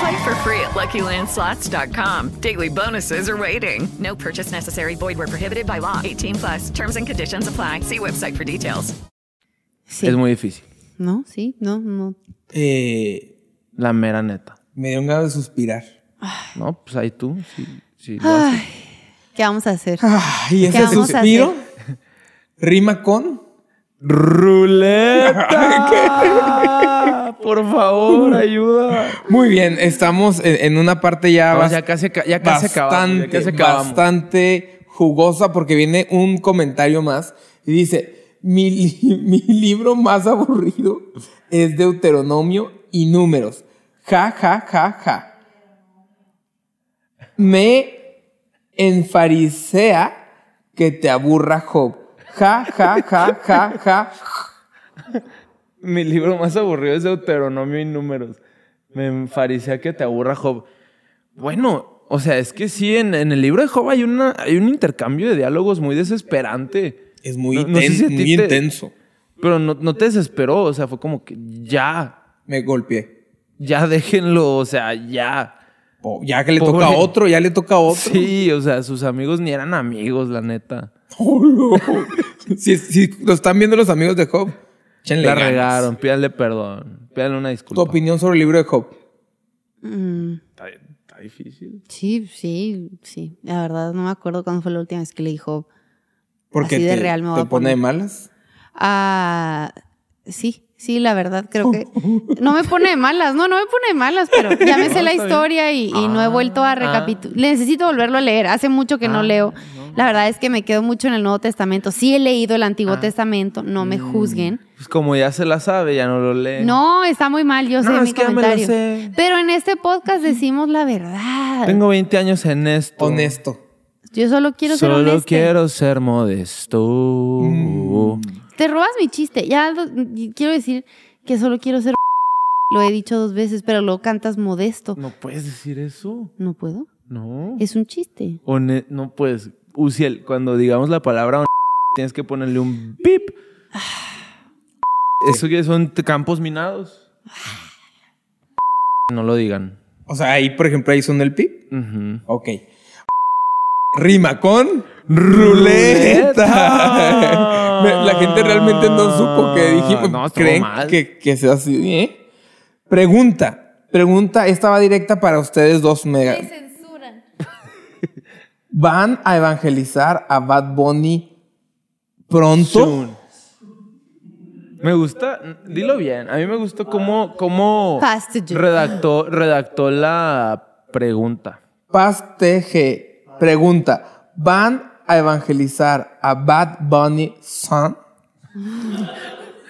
E: Play for free at LuckyLandSlots.com. Daily bonuses are waiting. No purchase necessary. Void were prohibited by law. 18 plus. Terms and conditions apply. See website for details.
B: Sí.
A: Es muy difícil.
B: No, sí, no, no.
C: Eh,
A: La mera neta.
C: me dio un ganas de suspirar.
A: No, pues ahí tú. Sí, sí, lo haces.
B: Ay, ¿Qué vamos a hacer?
A: Ah.
C: Y
B: ¿Qué
C: ese
B: vamos a
C: suspiro rima con.
A: Ruleta. Por favor, ayuda.
C: Muy bien, estamos en, en una parte ya,
A: Estamos
C: bas-
A: ya casi aca- ya casi acabamos, ya
C: bastante,
A: casi acabamos.
C: bastante jugosa porque viene un comentario más y dice, mi, li- mi libro más aburrido es Deuteronomio y números. Ja, ja, ja, ja. Me enfarisea que te aburra Job. Ja, ja, ja, ja, ja.
A: Mi libro más aburrido es Deuteronomio y Números. Me enfarisea que te aburra Job. Bueno, o sea, es que sí, en, en el libro de Job hay, una, hay un intercambio de diálogos muy desesperante.
C: Es muy,
A: No- no sé
C: inten-
A: si a ti
C: muy
A: te-
C: intenso.
A: Pero no, no te desesperó, o sea, fue como que ya,
C: Me golpeé.
A: ya déjenlo, o sea, ya.
C: Po- Ya que le
A: Pobre.
C: toca a otro, ya le toca a otro.
A: Sí, o sea, sus amigos ni eran amigos, la neta.
C: si, si lo están viendo los amigos de Job, échenle
A: La
C: ganas.
A: regaron, pídanle perdón, pídanle una
C: Tu
A: disculpa.
C: opinión sobre el libro de Job.
A: Está difícil.
B: Sí, sí, sí. La verdad no me acuerdo cuándo fue la última vez que le dijo.
C: Porque
B: Así de
C: te,
B: real me voy
C: te
B: a poner.
C: pone de malas.
B: Ah, sí, sí, la verdad creo que no me pone de malas, no, no me pone de malas, pero ya me sé la historia y, y
A: Ah,
B: no he vuelto a recapitular. Necesito volverlo a leer, hace mucho que no leo. La verdad es que me quedo mucho en el Nuevo Testamento. Sí he leído el Antiguo
A: Ah.
B: Testamento, no me juzguen.
A: Pues como ya se la sabe, ya no lo lee.
B: No, está muy mal, yo sé
A: Eh. No, es
B: mi
A: que ya me la
B: comentario.
A: sé.
B: Pero en este podcast decimos la verdad.
A: Tengo 20 años en esto.
C: Honesto.
B: Yo solo quiero ser
A: Solo
B: honesta.
A: quiero ser modesto.
C: Mm.
B: Te robas mi chiste. Ya lo- y quiero decir que solo quiero ser. Lo he dicho dos veces, pero luego cantas modesto.
A: No puedes decir eso.
B: No puedo.
A: No.
B: Es un chiste.
A: Hone- no puedes. Uciel, cuando digamos la palabra hon- tienes que ponerle un pip. Eso que son t- campos minados. No lo digan.
C: O sea, ahí, por ejemplo, ahí son el pip.
A: Ujú.
C: Ok. Rima con
A: Ruleta.
C: ruleta. Me- La gente realmente no supo que dijimos.
A: No, estuvo
C: creen
A: mal.
C: que, que sea así, ¿eh? Pregunta. Pregunta, esta va directa para ustedes dos mega.
B: censuran.
C: ¿Van a evangelizar a Bad Bunny pronto?
A: Soon. Me gusta, dilo bien, a mí me gustó cómo, cómo
B: Fast.
A: redactó, redactó la pregunta.
C: Paz TG pregunta: ¿Van a evangelizar a Bad Bunny Son?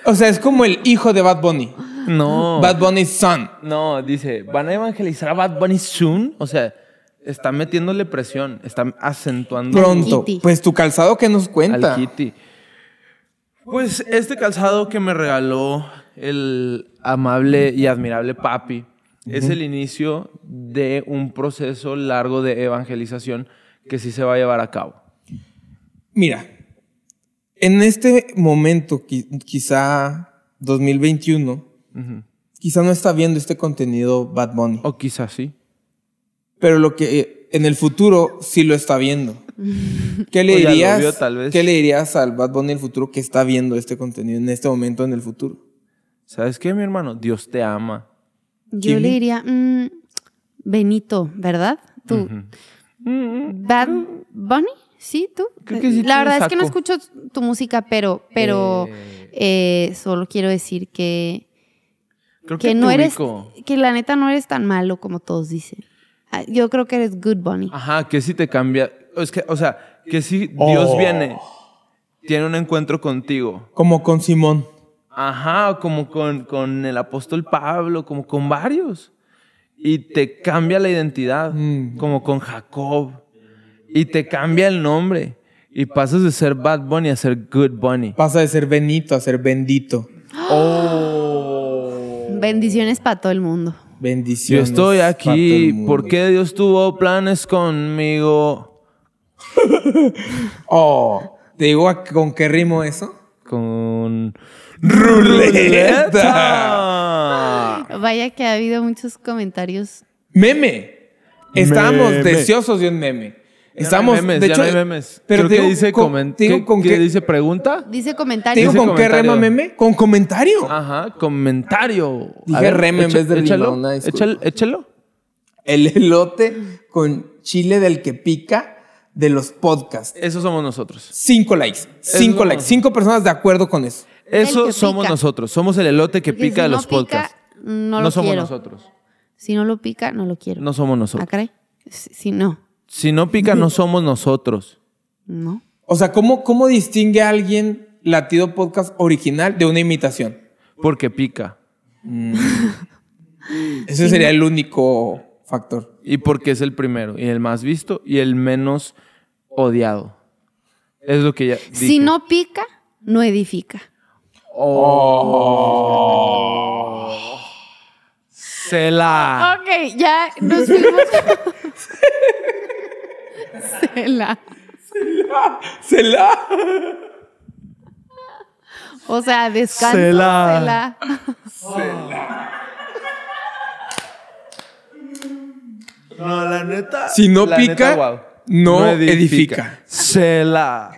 C: O sea, es como el hijo de Bad Bunny.
A: No,
C: Bad Bunny Son.
A: no, dice, ¿van a evangelizar a Bad Bunny soon? O sea, está metiéndole presión, está acentuando
C: Pronto.
B: Kitty.
C: Pues tu calzado que nos cuenta.
A: al Kitty. Pues este calzado que me regaló el amable y admirable papi es el inicio de un proceso largo de evangelización que sí se va a llevar a cabo.
C: Mira, En este momento, qui- quizá 2021, quizá no está viendo este contenido Bad Bunny.
A: O quizás sí.
C: Pero lo que eh, en el futuro sí lo está viendo. ¿Qué le
A: O ya lo
C: dirías?
A: vio, tal vez.
C: ¿Qué le dirías al Bad Bunny del futuro que está viendo este contenido en este momento en el futuro?
A: ¿Sabes qué, mi hermano? Dios te ama.
B: Yo le diría, mm, Benito, ¿verdad? Tú. Bad Bunny, ¿sí? ¿Tú?
A: Creo que sí
B: La
A: tiene
B: verdad es que no
A: saco.
B: escucho tu música, pero, pero eh, solo quiero decir que,
A: Creo
B: que,
A: que,
B: no
A: te
B: eres,
A: ubico.
B: que la neta no eres tan malo como todos dicen. Ah, Yo creo que eres good bunny.
A: Ajá, que si te cambia. Es que, o sea, que si Dios viene, tiene un encuentro contigo.
C: Como con Simón.
A: Ajá, como con, con el apóstol Pablo, como con varios. Y te cambia la identidad,
C: Mm.
A: como con Jacob. Y te cambia el nombre. Y pasas de ser Bad Bunny a ser Good Bunny.
C: Pasa de ser Benito a ser bendito.
B: Bendiciones para todo el mundo.
A: Yo
C: Bendiciones.
A: estoy
C: para todo el
A: aquí
C: mundo.
A: porque Dios tuvo planes conmigo.
C: Oh, te digo a- con qué rimo eso.
A: Con...
C: ¡Ruleta!
B: Vaya que ha habido muchos comentarios.
C: Meme. Estábamos deseosos de un meme. Estamos,
A: Ya no hay memes,
C: de
A: ya
C: hecho,
A: no hay memes.
C: pero
A: Creo
C: te
A: que
C: digo
A: dice
C: con-
A: comen-
C: te digo
A: ¿qué-
C: con
A: qué
C: qué-
A: digo pregunta?
B: Dice
C: ¿Te digo
B: comentarios.
A: Dice
C: con qué
A: comentario.
C: rema meme? Con comentario.
A: Ajá, comentario.
C: Dije rem en vez de limón, una disculpa.
A: échalo, échalo.
C: El elote con chile del que pica de los podcasts.
A: Eso somos nosotros.
C: Cinco likes. Cinco
A: lo-
C: likes. Cinco personas de acuerdo con eso.
A: Eso
B: que
A: somos
B: pica.
A: nosotros. Somos el elote que
B: Porque
A: pica
B: si
A: de
B: no
A: los
B: pica,
A: podcasts.
B: no lo
A: somos
B: quiero.
A: nosotros.
B: Si no lo pica, no lo quiero.
A: No somos
B: Ah,
A: nosotros.
B: caray. Si, si no,
A: Si no pica, no somos nosotros.
B: no.
C: O sea, ¿cómo, cómo distingue a alguien latido podcast original de una imitación?
A: Porque pica.
C: Ese sería el único factor.
A: Y porque es el primero. Y el más visto y el menos odiado. Es lo que ya.
B: Si
A: dije.
B: no pica, no edifica.
A: Cela.
B: Ok, ya nos fuimos. Cela.
C: ¡Cela!
B: O sea, descanso.
A: Cela.
B: Cela.
A: No, la neta.
C: Si no pica, no edifica.
A: Cela.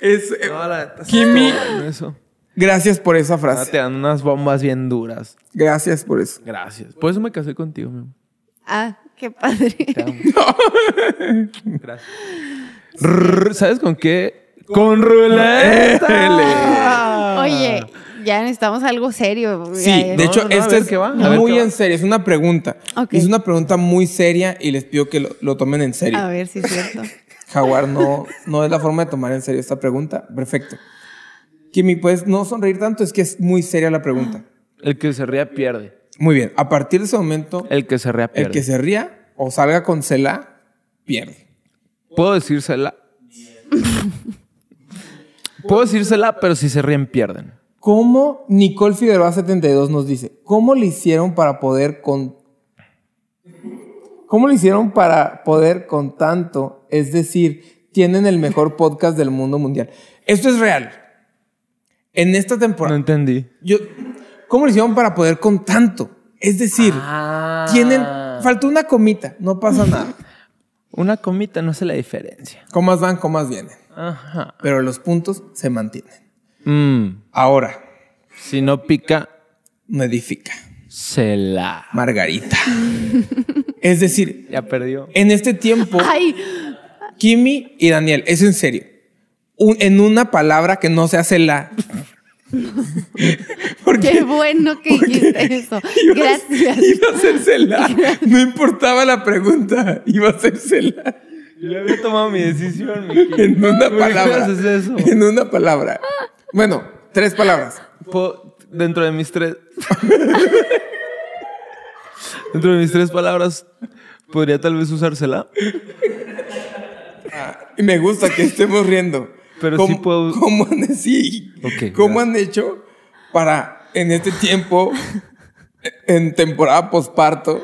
C: Es, eh,
A: No, la neta.
C: Kimi.
A: estuvo bueno Eso.
C: gracias por esa
A: Ah, Te
C: frase.
A: dan unas bombas bien duras.
C: Gracias por eso.
A: Gracias. Por eso me casé contigo, mi amor.
B: Ah, qué padre.
A: Gracias. Rrr, ¿Sabes con qué? Con ruleta.
B: Oye, ya necesitamos algo serio.
C: Sí,
B: Ya,
C: de
A: No,
C: hecho,
A: no, a
C: esta
A: ver
C: es
A: qué va, a ver
C: muy
A: qué va.
C: en serio. Es una pregunta.
B: Ok.
C: Es una pregunta muy seria y les pido que lo, lo tomen en serio.
B: A ver si es cierto.
C: Jaguar no, no es la forma de tomar en serio esta pregunta. Perfecto. Kimi, puedes no sonreír tanto, es que es muy seria la pregunta.
A: El que se ría pierde.
C: Muy bien, a partir de ese momento, el,
A: El que se ría pierde.
C: que se ría o salga con cela, pierde.
A: Puedo decírsela. Puedo decírsela, pero si se ríen, pierden.
C: ¿Cómo Nicole Figueroa 72 nos dice? ¿Cómo le hicieron para poder con ¿Cómo le hicieron para poder con tanto? Es decir, tienen el mejor podcast del mundo mundial. Esto es real. En esta
A: No
C: temporada
A: entendí.
C: Yo, ¿Cómo le hicieron para poder con tanto? Es decir,
A: Ah.
C: tienen. Faltó una comita, no pasa nada.
A: Una comita no hace la diferencia.
C: comas van, comas vienen.
A: Ajá.
C: Pero los puntos se mantienen.
A: Mm,
C: Ahora,
A: si no pica,
C: no edifica.
A: se la.
C: Margarita. es decir,
A: Ya perdió.
C: en este tiempo,
B: Ay,
C: Kimi y Daniel, es en serio. Un- en una palabra que no se hace la.
B: qué bueno que dijiste eso. Gracias.
C: Iba a ser cela. No importaba la pregunta. Iba a ser cela.
A: Le había tomado mi decisión, mi
C: En una palabra.
A: haces eso?
C: En una palabra. Bueno, tres palabras.
A: Po- dentro de mis tres. dentro de mis tres palabras, podría tal vez usársela.
C: Y me gusta que estemos riendo.
A: Pero sí puedo-
C: ¿Cómo han, sí.
A: Ok,
C: ¿Cómo han hecho para en este tiempo, en temporada posparto,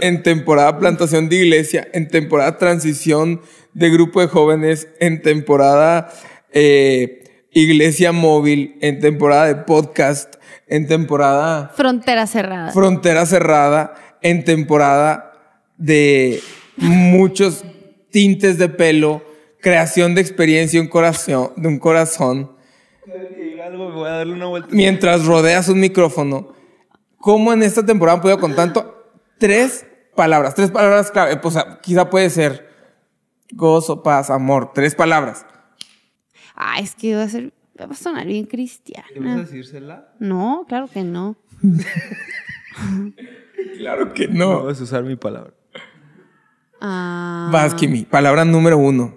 C: en temporada plantación de iglesia, en temporada transición de grupo de jóvenes, en temporada eh, iglesia móvil, en temporada de podcast, en temporada
B: Frontera cerrada.
C: frontera cerrada, en temporada de muchos tintes de pelo, creación de experiencia y un corazón, de un corazón
A: Algo, voy a darle una vuelta.
C: mientras rodeas un micrófono. ¿Cómo en esta temporada han podido con tanto? Tres palabras, tres palabras clave. Pues ah, quizá puede ser gozo, paz, amor. Tres palabras.
B: Ah, es que va a ser, va a sonar bien cristiana.
A: decírsela?
B: No, claro que no.
C: Claro que
A: No
C: no.
A: vas a usar mi palabra.
B: Ah,
C: Vas, Kimi. Palabra número uno.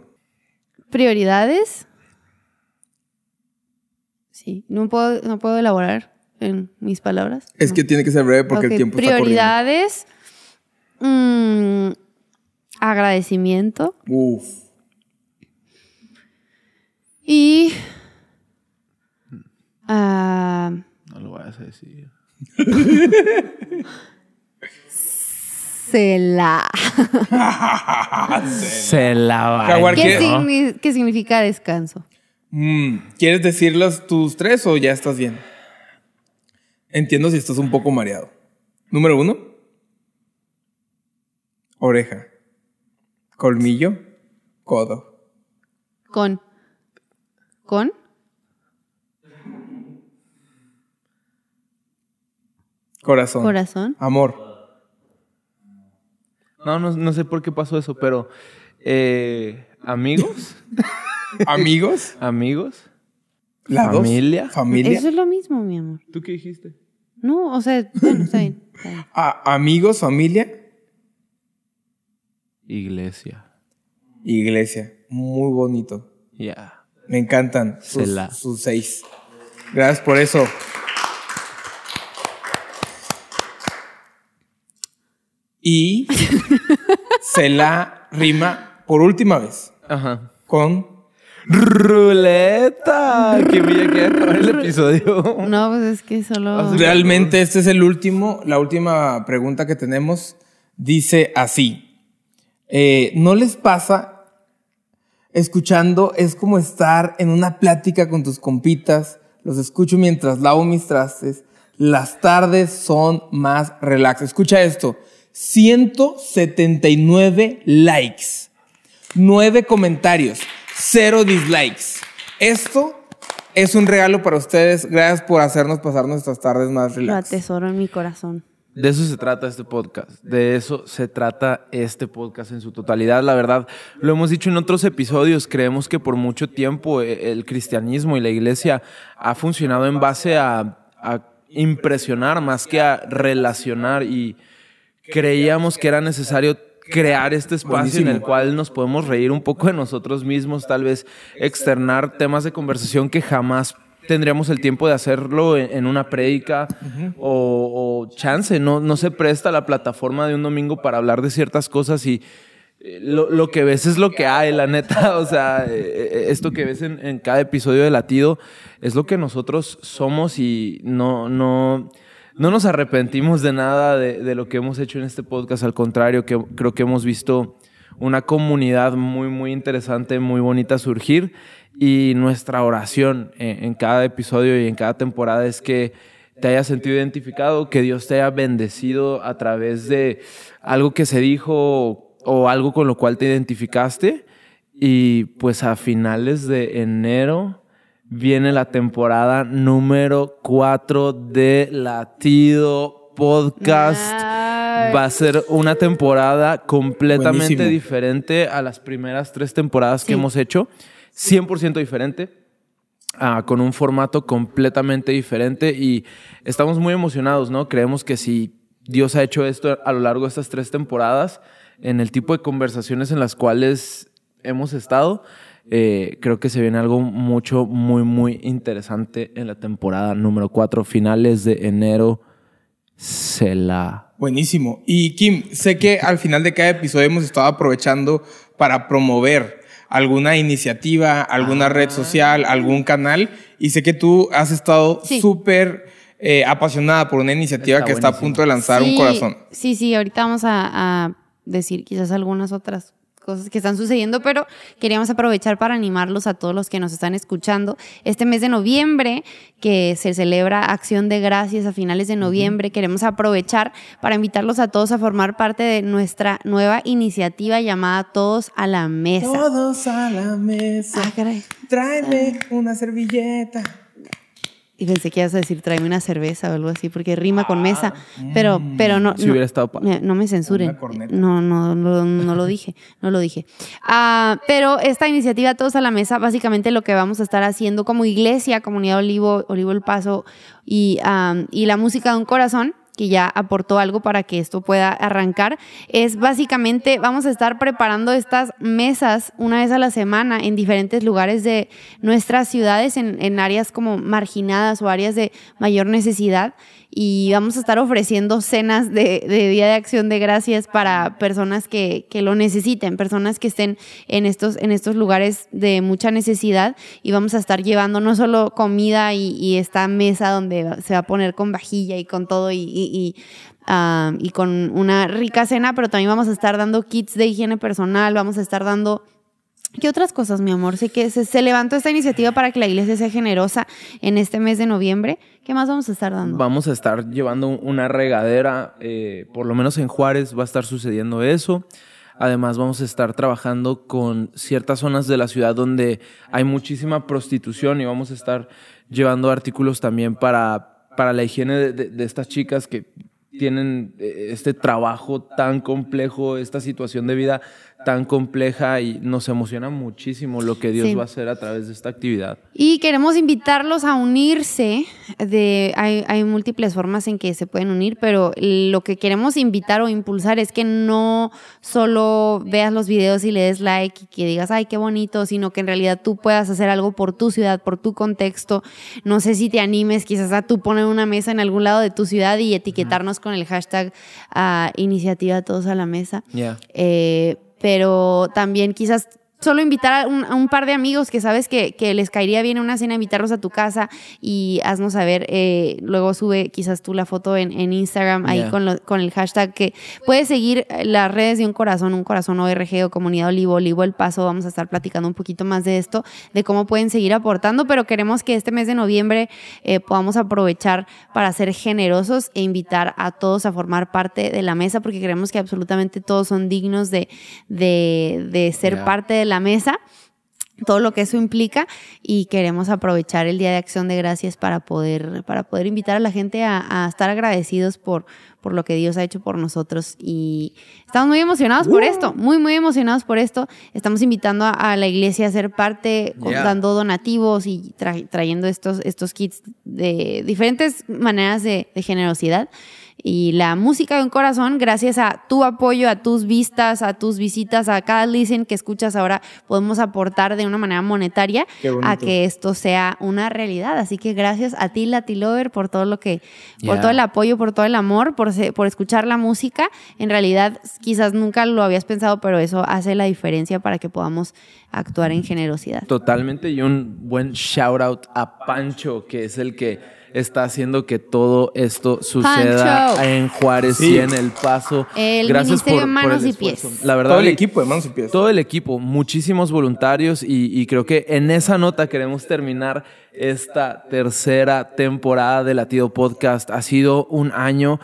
B: Prioridades. Sí, no puedo, no puedo elaborar en mis palabras.
C: Es que tiene que ser breve porque
B: Ok,
C: el tiempo
B: Prioridades. mm, agradecimiento.
C: está corriendo. Uf.
B: Y. ah,
A: No lo vas a decir.
B: cela.
A: Se la va.
C: Jaguar,
B: ¿Qué,
C: ¿Qué? Ah.
B: signi- qué significa descanso?
C: Mm, ¿Quieres decir los- tus tres o ya estás bien? Entiendo si estás un poco mareado. Número uno. Oreja. Colmillo. Codo.
B: Con. Con.
C: Corazón.
B: Corazón.
C: Amor.
A: No, no, no sé por qué pasó eso, pero. eh, amigos.
C: Amigos.
A: amigos.
C: lados,
A: Familia.
C: Familia.
B: Eso es lo mismo, mi amor.
A: ¿Tú qué dijiste?
B: No, o sea, bueno, está bien. está bien.
C: A- amigos, familia.
A: Iglesia.
C: Iglesia. Muy bonito.
A: Ya.
C: Me encantan sus,
A: Sela.
C: sus seis. Gracias por eso. Y se la rima por última vez
A: Ajá.
C: con
A: Ruleta. que me ya queda acabar el episodio.
B: No, pues es que solo.
C: realmente este es el último, la última pregunta que tenemos dice así: eh, ¿No les pasa escuchando es como estar en una plática con tus compitas. Los escucho mientras lavo mis trastes. Las tardes son más relax. Escucha esto. 179 likes. 9 comentarios. 0 dislikes. Esto es un regalo para ustedes. Gracias por hacernos pasar nuestras tardes más
B: Lo
C: relax.
B: atesoro en mi corazón.
A: De eso se trata este podcast. De eso se trata este podcast en su totalidad. La verdad, lo hemos dicho en otros episodios. Creemos que por mucho tiempo eh, el cristianismo y la iglesia ha funcionado en base a, a impresionar más que a relacionar y creíamos que era necesario crear este espacio en el cual nos podemos reír un poco de nosotros mismos, tal vez externar temas de conversación que jamás tendríamos el tiempo de hacerlo en, en una prédica o, o chance, no, no se presta la plataforma de un domingo para hablar de ciertas cosas y eh, lo, lo que ves es lo que hay, la neta. O sea, eh, eh, esto que ves en, en cada episodio de Latido es lo que nosotros somos y no, no, no nos arrepentimos de nada de, de lo que hemos hecho en este podcast. Al contrario, que creo que hemos visto una comunidad muy, muy interesante, muy bonita surgir. Y nuestra oración en, en cada episodio y en cada temporada es que te hayas sentido identificado, que Dios te haya bendecido a través de algo que se dijo o, o algo con lo cual te identificaste. Y pues a finales de enero viene la temporada número 4 de Latido Podcast.
B: Ay.
A: Va a ser una temporada completamente
C: Buenísimo.
A: diferente a las primeras tres temporadas que
B: Sí.
A: hemos hecho. 100% diferente ah, con un formato completamente diferente y estamos muy emocionados, ¿no? Creemos que si Dios ha hecho esto a lo largo de estas tres temporadas, en el tipo de conversaciones en las cuales hemos estado, eh, creo que se viene algo mucho, muy, muy interesante en la temporada número 4, finales de enero. Se la...
C: Buenísimo. Y Kim, sé que al final de cada episodio hemos estado aprovechando para promover alguna
B: Ah.
C: iniciativa, alguna red social, algún canal. Y sé que tú has estado
B: Sí.
C: súper eh, apasionada por una iniciativa
A: Está
C: que está a
A: buenísimo.
C: punto de lanzar
B: Sí,
C: un corazón.
B: Sí, sí, ahorita vamos a, a decir quizás algunas otras cosas que están sucediendo, pero queríamos aprovechar para animarlos a todos los que nos están escuchando. Este mes de noviembre, que se celebra Acción de Gracias a finales de noviembre, queremos aprovechar para invitarlos a todos a formar parte de nuestra nueva iniciativa llamada Todos a la Mesa.
C: Todos a la mesa.
B: Ah, caray.
C: Tráeme una servilleta.
B: Y pensé que ibas a decir tráeme una cerveza o algo así, porque rima con mesa. Pero, pero no.
A: Si
B: no-
A: hubiera estado padre.
B: eh, No me censuren.
C: Una corneta.
B: No, no, no, no lo dije. No lo dije. Ah, pero esta iniciativa Todos a la Mesa, básicamente lo que vamos a estar haciendo como iglesia, comunidad Olivo, Olivo El Paso y, am, y la música de un corazón que ya aportó algo para que esto pueda arrancar, es básicamente vamos a estar preparando estas mesas una vez a la semana en diferentes lugares de nuestras ciudades, en, en áreas como marginadas o áreas de mayor necesidad, y vamos a estar ofreciendo cenas de, de Día de Acción de Gracias para personas que, que lo necesiten, personas que estén en estos, en estos lugares de mucha necesidad, y vamos a estar llevando no solo comida y, y esta mesa donde va- se va a poner con vajilla y con todo y- y- y um, y con una rica cena, pero también vamos a estar dando kits de higiene personal, vamos a estar dando... ¿Qué otras cosas, mi amor? Sé que se, se levantó esta iniciativa para que la iglesia sea generosa en este mes de noviembre. ¿Qué más vamos a estar dando?
A: Vamos a estar llevando una regadera, eh, por lo menos en Juárez va a estar sucediendo eso. Además vamos a estar trabajando con ciertas zonas de la ciudad donde hay muchísima prostitución y vamos a estar llevando artículos también para, para la higiene de, de- de estas chicas que tienen eh, este trabajo tan complejo, esta situación de vida tan compleja y nos emociona muchísimo lo que Dios
B: Sí.
A: va a hacer a través de esta actividad.
B: Y queremos invitarlos a unirse. De, hay, hay múltiples formas en que se pueden unir, pero lo que queremos invitar o impulsar es que no solo veas los videos y le des like y que digas, ay, qué bonito, sino que en realidad tú puedas hacer algo por tu ciudad, por tu contexto. No sé si te animes quizás a tú poner una mesa en algún lado de tu ciudad y etiquetarnos con el hashtag ah, iniciativa todos a la mesa.
A: Ya.
B: Eh, pero también quizás solo invitar a un, a un par de amigos que sabes que, que les caería bien una cena, invitarlos a tu casa y haznos saber. eh, luego sube quizás tú la foto en, en Instagram ahí
A: Ya.
B: con, lo- con el hashtag que puedes seguir eh, las redes de un corazón, un corazón ORG o comunidad Olivo, Olivo El Paso. Vamos a estar platicando un poquito más de esto, de cómo pueden seguir aportando, pero queremos que este mes de noviembre eh, podamos aprovechar para ser generosos e invitar a todos a formar parte de la mesa porque creemos que absolutamente todos son dignos de, de, de ser
A: Ya.
B: parte de la mesa todo lo que eso implica y queremos aprovechar el Día de Acción de Gracias para poder, para poder invitar a la gente a, a estar agradecidos por, por lo que Dios ha hecho por nosotros y estamos muy emocionados por esto, muy, muy emocionados por esto. Estamos invitando a, a la iglesia a ser parte, con-
A: Yeah.
B: dando donativos y tra- trayendo estos, estos kits de diferentes maneras de, de generosidad. Y la música de un corazón, gracias a tu apoyo, a tus vistas, a tus visitas, a cada listen que escuchas ahora, podemos aportar de una manera monetaria
C: Qué bonito.
B: a que esto sea una realidad. Así que gracias a ti, Latilover, por todo lo que, por
A: Ya.
B: todo el apoyo, por todo el amor, por, se- por escuchar la música. En realidad, quizás nunca lo habías pensado, pero eso hace la diferencia para que podamos actuar en generosidad.
A: Totalmente y un buen shout out a Pancho, que es el que está haciendo que todo esto suceda
B: Pancho.
A: en Juárez y en El Paso.
B: El Ministerio de Manos y
A: esfuerzo.
B: Pies.
A: La verdad,
C: Todo el
A: y-
C: equipo de manos y pies.
A: Todo el equipo, muchísimos voluntarios y, y creo que en esa nota queremos terminar esta tercera temporada de Latido Podcast. Ha sido un año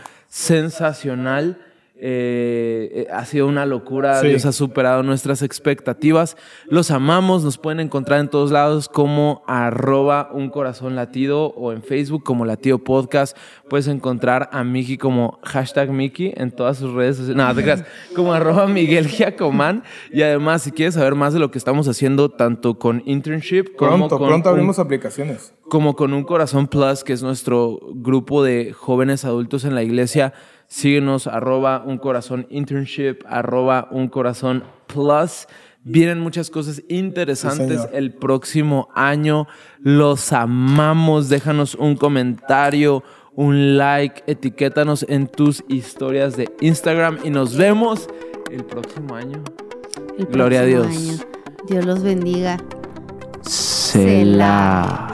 A: sensacional. eh, eh, ha sido una locura,
C: Sí.
A: Dios ha superado nuestras expectativas. Los amamos, nos pueden encontrar en todos lados como arroba un corazón latido o en Facebook como latido podcast. Puedes encontrar a Miki como hashtag Miki en todas sus redes sociales. Nada, te creas, como arroba Miguel Giacomán. Y además, si quieres saber más de lo que estamos haciendo, tanto con internship como
C: Pronto,
A: con
C: pronto
A: un-
C: abrimos aplicaciones.
A: como con un corazón plus, que es nuestro grupo de jóvenes adultos en la iglesia. Síguenos, arroba un corazón internship, arroba un corazón plus. Vienen muchas cosas interesantes
C: señor.
A: el próximo año. Los amamos. Déjanos un comentario, un like, etiquétanos en tus historias de Instagram y nos vemos el próximo año.
B: El
A: Gloria a
B: próximo
A: Dios.
B: año. Dios los bendiga.
A: Selah.